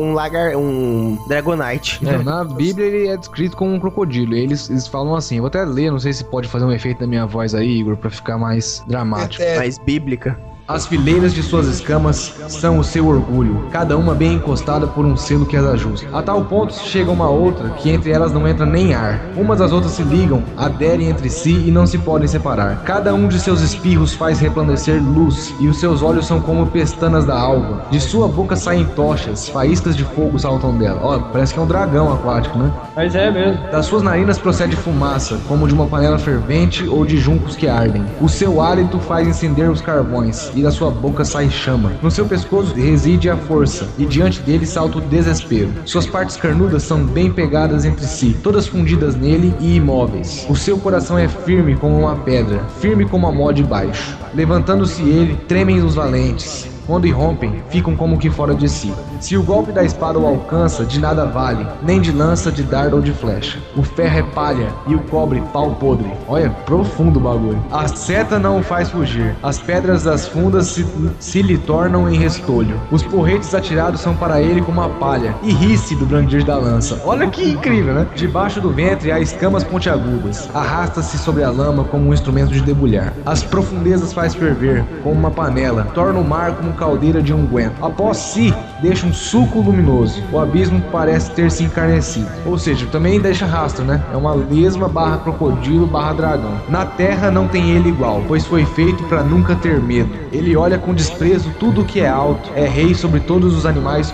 um lagar... um Dragonite.
Então, na Bíblia ele é descrito como um crocodilo. E eles, eles falam assim, eu vou até ler, não sei se pode fazer um efeito na minha voz aí, Igor, pra ficar mais dramático.
É,
Mais bíblica.
As fileiras de suas escamas são o seu orgulho, cada uma bem encostada por um selo que as ajusta. A tal ponto se chega uma a outra que entre elas não entra nem ar. Umas às outras se ligam, aderem entre si e não se podem separar. Cada um de seus espirros faz resplandecer luz, e os seus olhos são como pestanas da alva. De sua boca saem tochas, faíscas de fogo saltam dela. Ó, parece que é um dragão aquático, né?
Mas é mesmo.
Das suas narinas procede fumaça, como de uma panela fervente ou de juncos que ardem. O seu hálito faz incender os carvões, e da sua boca sai chama. No seu pescoço reside a força, e diante dele salta o desespero. Suas partes carnudas são bem pegadas entre si, todas fundidas nele e imóveis. O seu coração é firme como uma pedra, firme como a mó de baixo. Levantando-se ele, tremem os valentes. Quando irrompem, ficam como que fora de si. Se o golpe da espada o alcança, de nada vale, nem de lança, de dardo ou de flecha. O ferro é palha e o cobre pau podre. Olha, profundo o bagulho. A seta não o faz fugir. As pedras das fundas se, se lhe tornam em restolho. Os porretes atirados são para ele como a palha. E ri-se do brandir da lança. Olha que incrível, né? Debaixo do ventre há escamas pontiagudas. Arrasta-se sobre a lama como um instrumento de debulhar. As profundezas faz ferver, como uma panela. Torna o mar como caldeira de unguento. Após si, deixa um suco luminoso. O abismo parece ter se encarnecido. Ou seja, também deixa rastro, né? É uma lesma barra crocodilo barra dragão. Na terra não tem ele igual, pois foi feito para nunca ter medo. Ele olha com desprezo tudo o que é alto. É rei sobre todos os animais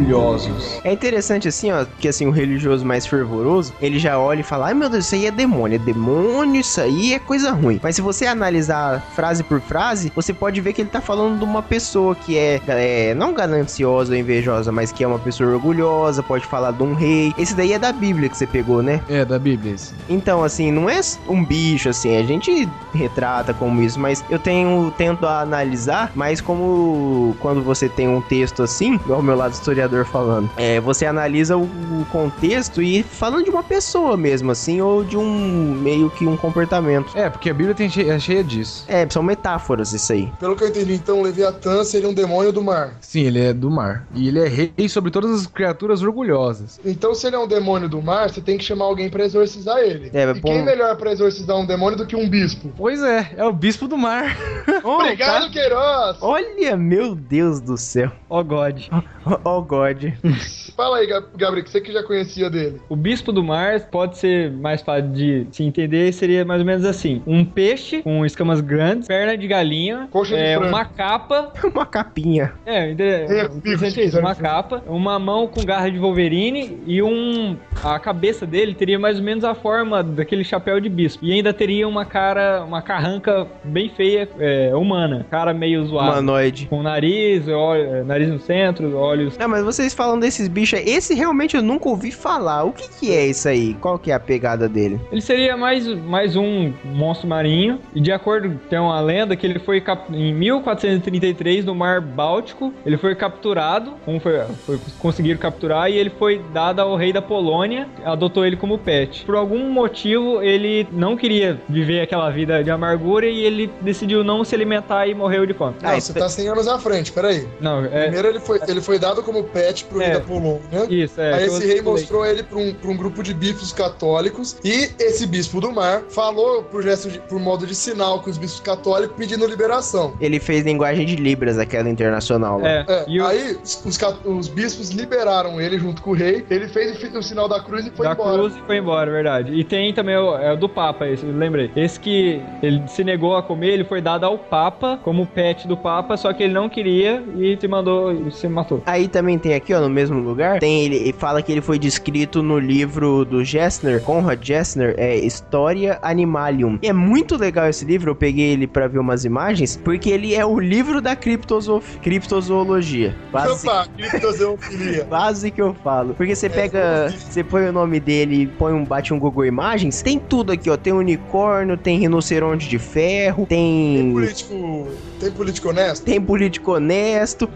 orgulhosos.
É interessante assim, ó, que assim, o religioso mais fervoroso, ele já olha e fala, ai meu Deus, isso aí é demônio, é demônio, isso aí é coisa ruim. Mas se você analisar frase por frase, você pode ver que ele tá falando de uma pessoa que é, é, não gananciosa ou invejosa, mas que é uma pessoa orgulhosa, pode falar de um rei. Esse daí é da Bíblia que você pegou, né?
É, da Bíblia esse.
Então, assim, não é um bicho, assim, a gente retrata como isso, mas eu tenho tento a analisar, mas como quando você tem um texto assim, igual o meu lado historiador falando, é, você analisa o, o contexto e falando de uma pessoa mesmo, assim, ou de um meio que um comportamento.
É, porque a Bíblia tem che- é cheia disso.
É, são metáforas isso aí.
Pelo que eu entendi, então, o Leviatã seria um demônio do mar.
Sim, ele é do mar. E ele é rei sobre todas as criaturas orgulhosas.
Então, se ele é um demônio do mar, você tem que chamar alguém pra exorcizar ele.
É,
e
bom.
quem melhor pra exorcizar um demônio do que um bispo?
Pois é, é o bispo do mar.
Oh,
Obrigado,
tá?
Queiroz!
Olha, meu Deus do céu.
Ó God.
Oh, God.
Fala aí, Gab- Gabriel, que você que já conhecia dele.
O bispo do mar pode ser mais fácil de se entender, seria mais ou menos assim: um peixe com escamas grandes, perna de galinha,
Coxa de
é,
frango.
uma capa,
uma capinha.
é, entendeu?
É,
Eu
bico de
tentei isso, uma
frango.
capa, uma mão com garra de Wolverine e um a cabeça dele teria mais ou menos a forma daquele chapéu de bispo e ainda teria uma cara, uma carranca bem feia, é, humana, cara meio zoada.
Humanoide.
Com nariz, ó- nariz no centro, olhos
Ah, mas vocês falam desses bichos aí. Esse realmente eu nunca ouvi falar. O que que é isso aí? Qual que é a pegada dele?
Ele seria mais, mais um monstro marinho. E de acordo, tem uma lenda que ele foi cap- em 1433 chinês no mar Báltico. Ele foi capturado, um foi, foi conseguiram capturar e ele foi dado ao rei da Polônia, adotou ele como pet. Por algum motivo ele não queria viver aquela vida de amargura e ele decidiu não se alimentar e morreu de fome.
Não, você tá 100 anos à frente, peraí.
Não, é
Primeiro ele foi, ele foi dado como pet pro rei
É.
da Polônia.
isso, é.
Aí
que eu
esse rei
falei.
mostrou ele para um, pra um grupo de bispos católicos e esse bispo do mar falou por, gesto de- por modo de sinal com os bispos católicos pedindo liberação.
Ele fez linguagem de Libras, aquela internacional. lá.
É,
É,
e o,
aí os, os ca- os bispos liberaram ele junto com o rei, ele fez o fi- o sinal da cruz e foi
da
embora.
cruz e foi embora, verdade. E tem também o, é o do Papa, esse, eu lembrei. Esse que ele se negou a comer, ele foi dado ao Papa, como pet do Papa, só que ele não queria e se mandou e se matou.
Aí também tem aqui, ó, no mesmo lugar, tem ele e fala que ele foi descrito no livro do Gessner, Conrad Gessner, é História Animalium. E é muito legal esse livro, eu peguei ele pra ver umas imagens, porque ele é o livro da criptozo criptozoologia. Quase,
Opa, criptozoofilia.
quase que eu falo. Porque você pega, você põe o nome dele, põe um bate um Google Imagens, tem tudo aqui, ó, tem unicórnio, tem rinoceronte de ferro,
Tem
tem
político, tem político honesto?
tem político honesto.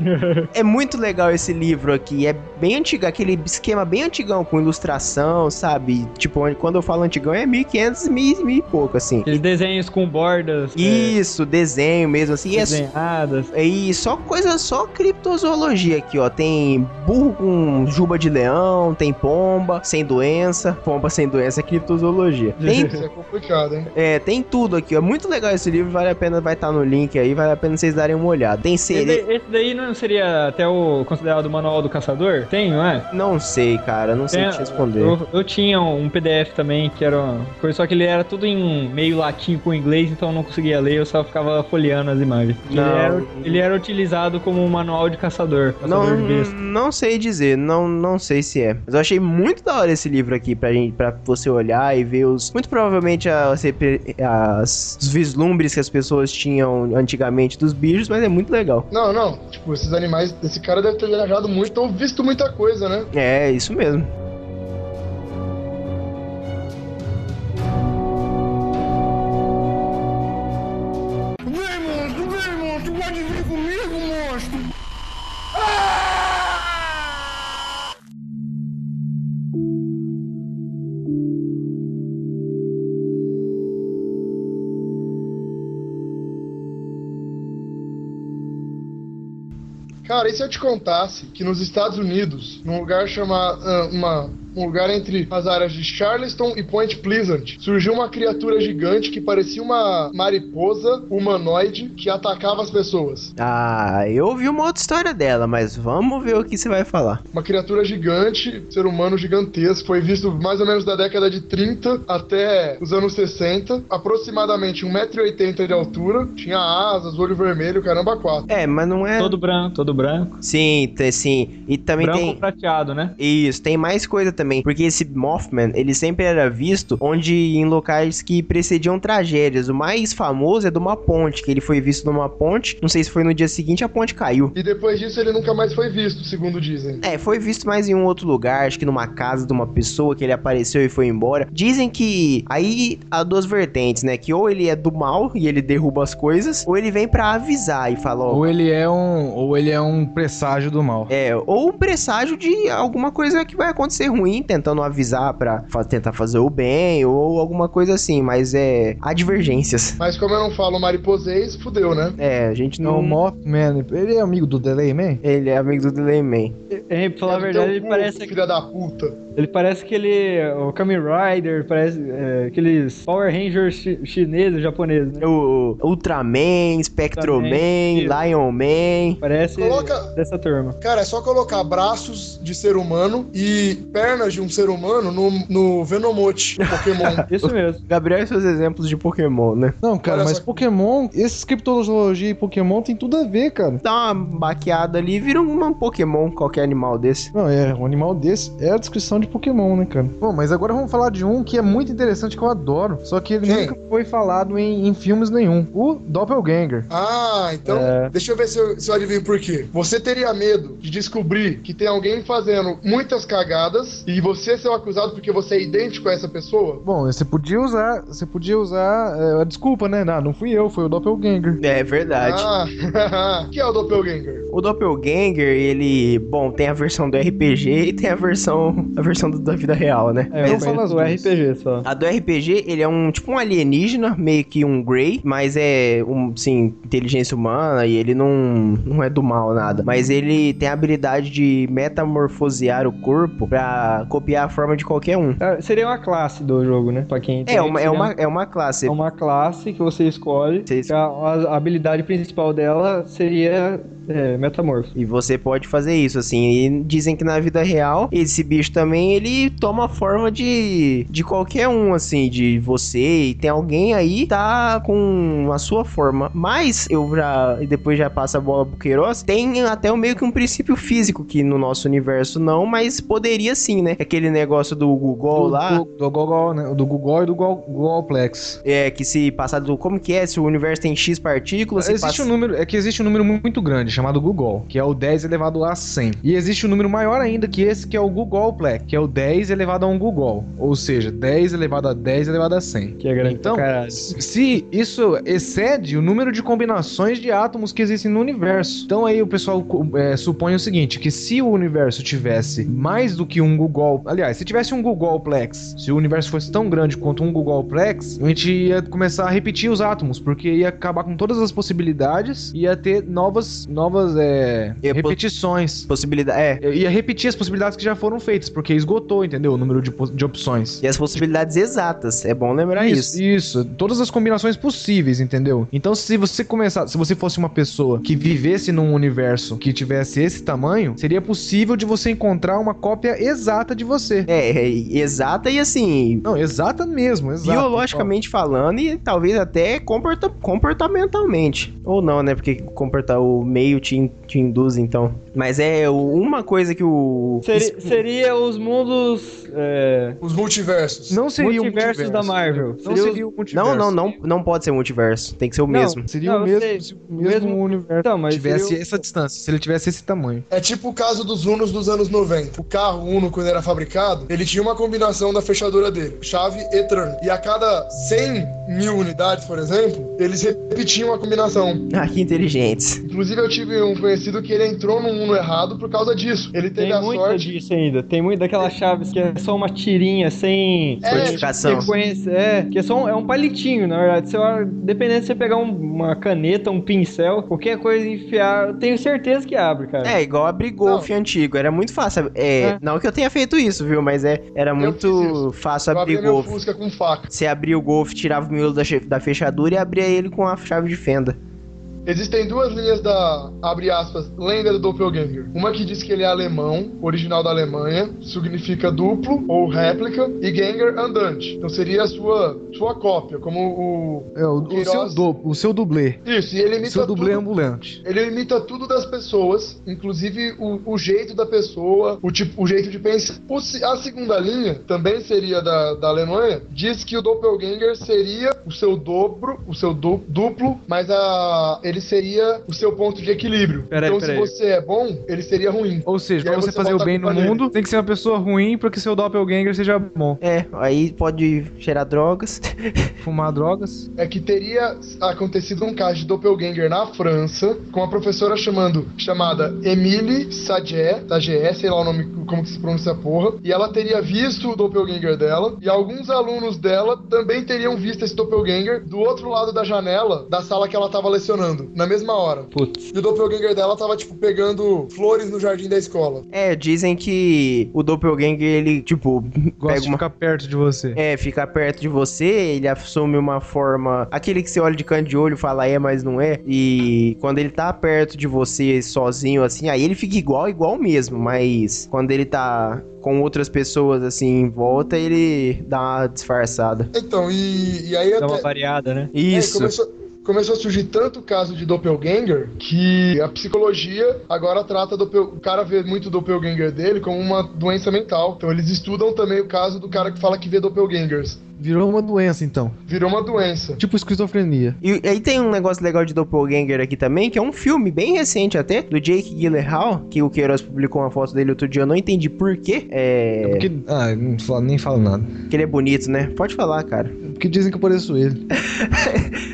é muito legal esse livro aqui. É bem antigo, aquele esquema bem antigão, com ilustração, sabe? Tipo, quando eu falo antigão é 1500, mil, mil e pouco, assim.
Aqueles desenhos com bordas é,
Isso, desenho mesmo, assim. E é
desenhadas.
e só coisa, só criptozoologia aqui, ó. Tem burro com juba de leão, tem pomba sem doença. Pomba sem doença é criptozoologia. Tem
Isso é complicado, hein?
é, tem tudo aqui, ó. Muito legal esse livro, vale a pena, vai estar no link aí, vale a pena vocês darem uma olhada. Tem
Esse,
sereia.
esse daí não seria até o considerado o manual do caçador? Tem, não é?
Não sei, cara, não sei
Tem-
te responder.
Eu, eu tinha um PDF também que era uma coisa, só que ele era tudo em meio latim com inglês, então eu não conseguia ler, eu só ficava folheando as imagens.
Não.
Ele, era, ele era utilizado como um manual de caçador, caçador
Não, hum,
de besta.
não sei dizer, não, não sei se é. Mas eu achei muito da hora esse livro aqui pra, gente, pra você olhar e ver os. Muito provavelmente as, repre- as- os vislumbres que as pessoas tinham antigamente dos bichos, mas é muito legal.
Não, não. Tipo, esses animais, esse cara deve ter viajado muito, então visto muita coisa, né?
É, isso mesmo.
Cara, e se eu te contasse que nos Estados Unidos, num lugar chamado. uma, um lugar entre as áreas de Charleston e Point Pleasant, surgiu uma criatura gigante que parecia uma mariposa humanoide que atacava as pessoas.
Ah, eu ouvi uma outra história dela, mas vamos ver o que você vai falar.
Uma criatura gigante, ser humano gigantesco, foi visto mais ou menos da década de 30 até os anos 60, aproximadamente 1,80m de altura, tinha asas, olho vermelho, caramba, quatro.
É, mas não é.
Todo branco, todo branco.
Sim, tem- sim. E também
branco
tem.
prateado, né?
Isso, tem mais coisa também, porque esse Mothman, ele sempre era visto onde em locais que precediam tragédias. O mais famoso é de uma ponte, que ele foi visto numa ponte, não sei se foi no dia seguinte, a ponte caiu.
E depois disso ele nunca mais foi visto, segundo dizem.
É, foi visto mais em um outro lugar, acho que numa casa de uma pessoa que ele apareceu e foi embora. Dizem que aí há duas vertentes, né? Que ou ele é do mal e ele derruba as coisas, ou ele vem pra avisar e fala, ó,
Ou ele é um, ou ele é um presságio do mal.
É, ou um presságio de alguma coisa que vai acontecer ruim, tentando avisar pra fa- tentar fazer o bem, ou alguma coisa assim, mas é. Há divergências.
Mas como eu não falo mariposês, fudeu, né?
É, a gente
É o
Hum.
não.
Mothman. Ele é amigo do Delayman?
Ele é amigo do Delayman.
É, pra falar a
Deve ter
verdade,
um
ele
cu,
parece,
Filha da puta.
ele parece aquele. O Kamen Rider, parece é, aqueles Power Rangers chi- chineses, japoneses, né?
É O Ultraman, Spectroman,
Ultraman,
Lion Man.
Parece
Coloca-
dessa turma.
Cara, é só colocar braços de ser humano e pernas de um ser humano no, no Venomote Pokémon.
Isso mesmo.
Gabriel e seus exemplos de Pokémon, né?
Não, cara,
Olha
mas
só.
Pokémon, esses criptozoologia e Pokémon tem tudo a ver, cara.
Dá uma baqueada ali e vira um Pokémon, qualquer animal desse.
Não, é, um animal desse é a descrição de Pokémon, né, cara? Bom, mas agora vamos falar de um que é muito interessante, que eu adoro. Só que ele
Quem?
nunca foi falado em, em filmes nenhum. O Doppelganger.
ah, então,
É.
deixa eu ver se eu, se eu adivinho por quê. Você teria medo de descobrir que tem alguém fazendo muitas cagadas e você ser o acusado porque você é idêntico a essa pessoa?
Bom, você podia usar, você podia usar é, a desculpa, né? Não, não fui eu, foi o doppelganger.
É verdade.
Ah, que é o doppelganger?
O Doppelganger, ele, bom, tem a versão do RPG e tem a versão a versão do- da vida real, né?
É, eu
Mas-
falo do RPG só.
A do RPG, ele é um tipo um alienígena, meio que um Grey, mas é um, sim, inteligência humana e ele não, não é do mal nada. Mas ele tem a habilidade de metamorfosear o corpo pra copiar a forma de qualquer um.
É, Seria uma classe do jogo, né? Pra quem
É
entende,
uma, é
seria
uma, é uma classe.
é uma classe que você escolhe.
Você
que a, a habilidade principal dela seria é, metamorfo.
E você pode fazer isso, assim. E dizem que na vida real, esse bicho também, ele toma a forma de, de qualquer um, assim, de você. E tem alguém aí que tá com a sua forma. Mas eu já. E depois já passa a bola pro Queiroz. Tem até um- meio que um princípio físico que no nosso universo não, mas poderia sim, né? Aquele negócio do Google lá.
Do, do, do Gogol, né? Do Gogol e do Gol- Golplex.
É, que se passar do. Como que é? Se o universo tem X partículas, se
Existe
passa-
um número, é que existe um número muito grande chamado Gogol, que é o 10 elevado a 100. E existe um número maior ainda que esse, que é o Gogolplex, que é o 10 elevado a 1 Gogol, ou seja, 10 elevado a 10 elevado a 100.
Que é grande
Então,
pra caralho.
se isso excede o número de combinações de átomos que existem no universo. Então aí o pessoal co- é, supõe o seguinte, que se o universo tivesse mais do que um Google, aliás, se tivesse um Googleplex, se o universo fosse tão grande quanto um Googleplex, a gente ia começar a repetir os átomos, porque ia acabar com todas as possibilidades, ia ter novas, novas é,
É, po-
repetições.
Possibilidade. É.
Ia repetir as possibilidades que já foram feitas, porque esgotou, entendeu? O número de, po- de opções.
E as possibilidades exatas. É bom lembrar isso.
Isso, isso. Todas as combinações possíveis, entendeu? Então, se você começar, se você fosse uma pessoa que vivesse num universo que tivesse esse tamanho, seria possível de você encontrar uma cópia exata de você.
É, é, exata e assim.
Não, exata mesmo, exata.
Biologicamente falando e talvez até comporta- comportamentalmente. Ou não, né? Porque comportar o meio te, in- te induz, então. Mas é o- uma coisa que o.
Seria, seria os mundos. É,
Os multiversos.
Não seria o
multiversos
multiverso.
da Marvel.
Não
Seria
seria o multiverso.
Não, não, não, não pode ser multiverso. Tem que ser o
Não.
mesmo.
Seria
Não,
o
eu
mesmo,
sei.
se o mesmo
Mesmo-
universo
Então, mas
tivesse
seria o-
essa distância, se ele tivesse esse tamanho.
É tipo o caso dos Unos dos anos 90. O carro Uno, quando era fabricado, ele tinha uma combinação da fechadura dele, chave e tranco. E a cada 100 mil unidades, por exemplo, eles repetiam a combinação.
Ah, que inteligentes.
Inclusive, eu tive um conhecido que ele entrou no Uno errado por causa disso. Ele teve
tem
a
muito
sorte...
disso ainda. Tem muito daquelas chaves que é só uma tirinha sem.
É,
Codificação.
Sequência, é, que é só um, é um palitinho, na verdade. Você, vai- dependendo se você pegar um- uma caneta, um pincel, qualquer coisa e enfiar, eu tenho certeza que abre, cara.
É, igual abrir golfe antigo. Era muito fácil. É,
É.
Não que eu tenha feito isso, viu? Mas é, era muito fácil
Eu
abrir
abri meu
golfe.
Fusca com faca.
Você abria o golfe, tirava o miolo da, che- da fechadura e abria ele com a chave de fenda.
Existem duas linhas da, abre aspas, lenda do Doppelganger. Uma que diz que ele é alemão, original da Alemanha, significa duplo ou réplica, e Ganger andante. Então seria a sua, sua cópia, como o...
É, o, o seu
Queiroz.
do, o seu dublê.
Isso, e ele
O
imita
seu dublê é um
tudo-
ambulante.
Ele imita tudo das pessoas, inclusive o, o jeito da pessoa, o, tipo, o jeito de pensar. O se- a segunda linha, também seria da, da Alemanha, diz que o Doppelganger seria o seu dobro, o seu du- duplo, mas a, ele seria o seu ponto de equilíbrio.
Peraí,
então,
peraí.
se você é bom, ele seria ruim.
Ou
E
seja,
aí
pra você,
você
fazer o
bota a
bem no
culpa nele.
mundo, tem que ser uma pessoa ruim pra que seu doppelganger seja bom.
É, aí pode cheirar drogas.
Fumar drogas.
É que teria acontecido um caso de Doppelganger na França, com uma professora chamando, chamada Emile Sadier, Sadier, sei lá o nome, como que se pronuncia a porra, e ela teria visto o Doppelganger dela, e alguns alunos dela também teriam visto esse Doppelganger do outro lado da janela da sala que ela tava lecionando, na mesma hora.
Putz.
E o Doppelganger dela tava, tipo, pegando flores no jardim da escola.
É, dizem que o Doppelganger, ele, tipo,
Gosta
pega
de
uma.
ficar perto de você.
É, fica perto de você, ele assume uma forma. Aquele que você olha de canto de olho e fala é, mas não é. E quando ele tá perto de você sozinho, assim, aí ele fica igual, igual mesmo. Mas quando ele tá com outras pessoas, assim, em volta, ele dá uma disfarçada.
Então, e, e aí
Dá
até-
uma variada, né?
É,
Isso.
começou- começou a surgir tanto caso de doppelganger que a psicologia agora trata doppel... o cara vê muito doppelganger dele como uma doença mental. Então eles estudam também o caso do cara que fala que vê doppelgangers.
Virou uma doença, então.
Virou uma doença.
Tipo esquizofrenia.
E aí tem um negócio legal de Doppelganger aqui também, que é um filme bem recente até, do Jake Gyllenhaal, que o Queiroz publicou uma foto dele outro dia, eu não entendi por quê. É...
É porque. Ah, não falo- nem falo nada.
Que ele é bonito, né? Pode falar, cara.
É porque dizem que eu pareço ele.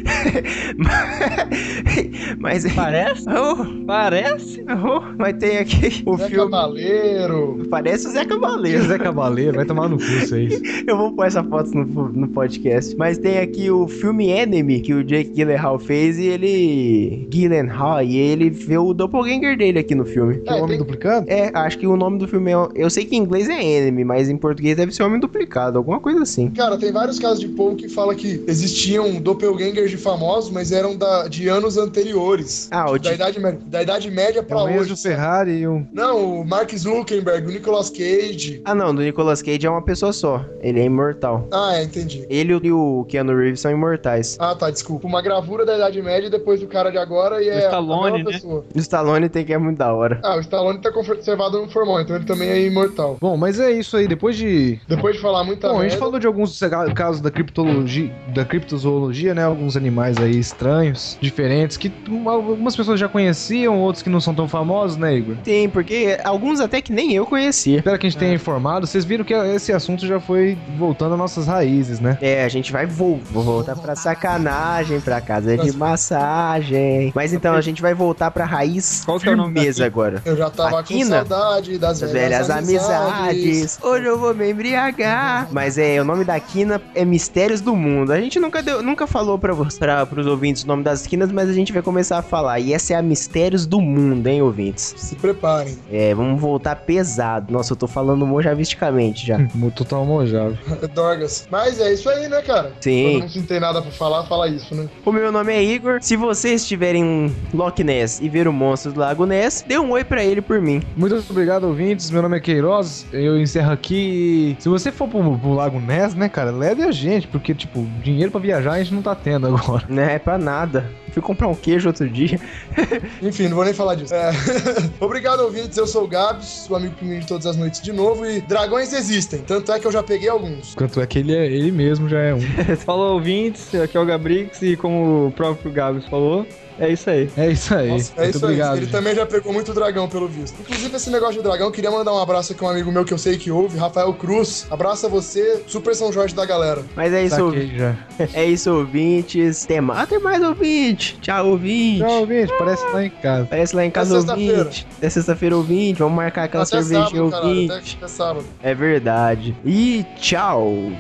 Mas...
Parece?
Ah, Oh,
Parece?
oh, mas tem aqui o
Zé
filme...
Cavaleiro.
Parece o Zé Cavaleiro.
Zé Cavaleiro, vai tomar no cu isso aí.
Eu vou pôr essa foto no, no podcast. Mas tem aqui o filme Enemy, que o Jake Gyllenhaal fez e ele... Gyllenhaal, e ele vê o doppelganger dele aqui no filme.
É o
um
É,
homem
tem-
duplicado?
É, acho que o nome do filme é... Eu sei que em inglês é Enemy, mas em português deve ser Homem Duplicado, alguma coisa assim.
Cara, tem vários casos de povo que fala que existiam doppelgangers de famosos, mas eram da, de anos anteriores.
Ah, o
Da
de...
idade, média- da idade média
É
pra
um
Tá hoje.
Enzo Ferrari e um.
Não, o Mark Zuckerberg, o Nicolas Cage.
Ah, não, do Nicolas Cage é uma pessoa só. Ele é imortal.
Ah, é, entendi.
Ele e o Keanu Reeves são imortais.
Ah, tá, desculpa. Uma gravura da Idade Média e depois do cara de agora e é
Stallone,
a
né?
mesma pessoa.
O Stallone tem que é muito da hora.
Ah, o Stallone tá conservado no formal, então ele também é imortal.
Bom, mas é isso aí. Depois de
Depois de falar muita
Bom, a
merda,
gente falou de alguns cega- casos da criptologia, da criptozoologia, né? Alguns animais aí estranhos, diferentes, que um- algumas pessoas já conheciam, outros que não são tão famosos, né, Igor?
Tem, porque alguns até que nem eu conhecia.
Espero que a gente
É.
tenha informado. Vocês viram que esse assunto já foi voltando às nossas raízes, né?
É, a gente vai vol vou voltar pra sacanagem, pra casa de massagem. Mas então a gente vai voltar pra raiz
Qual que é o nome
firmeza agora.
eu já tava com
Aquina?
saudade das
As
velhas,
velhas
amizades.
amizades. Hoje eu vou me embriagar. Mas é, o nome da quina é Mistérios do Mundo. A gente nunca, deu, nunca falou pra, vo- pra, pros ouvintes o nome das quinas, mas a gente vai começar a falar. E essa é a Mistérios do Mundo, hein, ouvintes?
Se preparem.
É, vamos voltar pesado. Nossa, eu tô falando mojavisticamente já.
Total mojado.
Dorgas. Mas é isso aí, né, cara?
Sim.
Quando não tem nada pra falar, fala isso, né?
O meu nome é Igor. Se vocês tiverem um Loch Ness e ver o monstro do Lago Ness, dê um oi pra ele por mim.
Muito obrigado, ouvintes. Meu nome é Queiroz. Eu encerro aqui. Se você for pro, pro Lago Ness, né, cara, leve a gente, porque, tipo, dinheiro pra viajar a gente não tá tendo agora.
Não é pra nada. Fui comprar um queijo outro dia.
Enfim, não vou nem falar disso. É. Obrigado, ouvintes. Eu sou o Gabs, o amigo que me de todas as noites de novo. E dragões existem, tanto é que eu já peguei alguns.
Tanto é que ele, é, ele mesmo já é um.
Falou, ouvintes. Aqui é o Gabrix e como o próprio Gabs falou, é isso aí.
É isso aí.
Nossa, é
Muito
isso
obrigado.
aí. Ele também já pegou muito dragão, pelo visto. Inclusive, esse negócio de dragão, queria mandar um abraço aqui a um amigo meu que eu sei que ouve, Rafael Cruz. Abraço a você, Super São Jorge da galera.
Mas é isso,
Saquei já.
é isso ouvintes. Tem mais, ah, tem mais ouvinte. Tchau, ouvinte.
Tchau, ouvinte. Parece que tá em casa.
Parece lá em casa
Até sexta-feira.
ouvinte. É sexta-feira ouvinte. Vamos marcar aquela cervejinha
sábado,
ouvinte.
Até, até sábado.
É verdade. E tchau.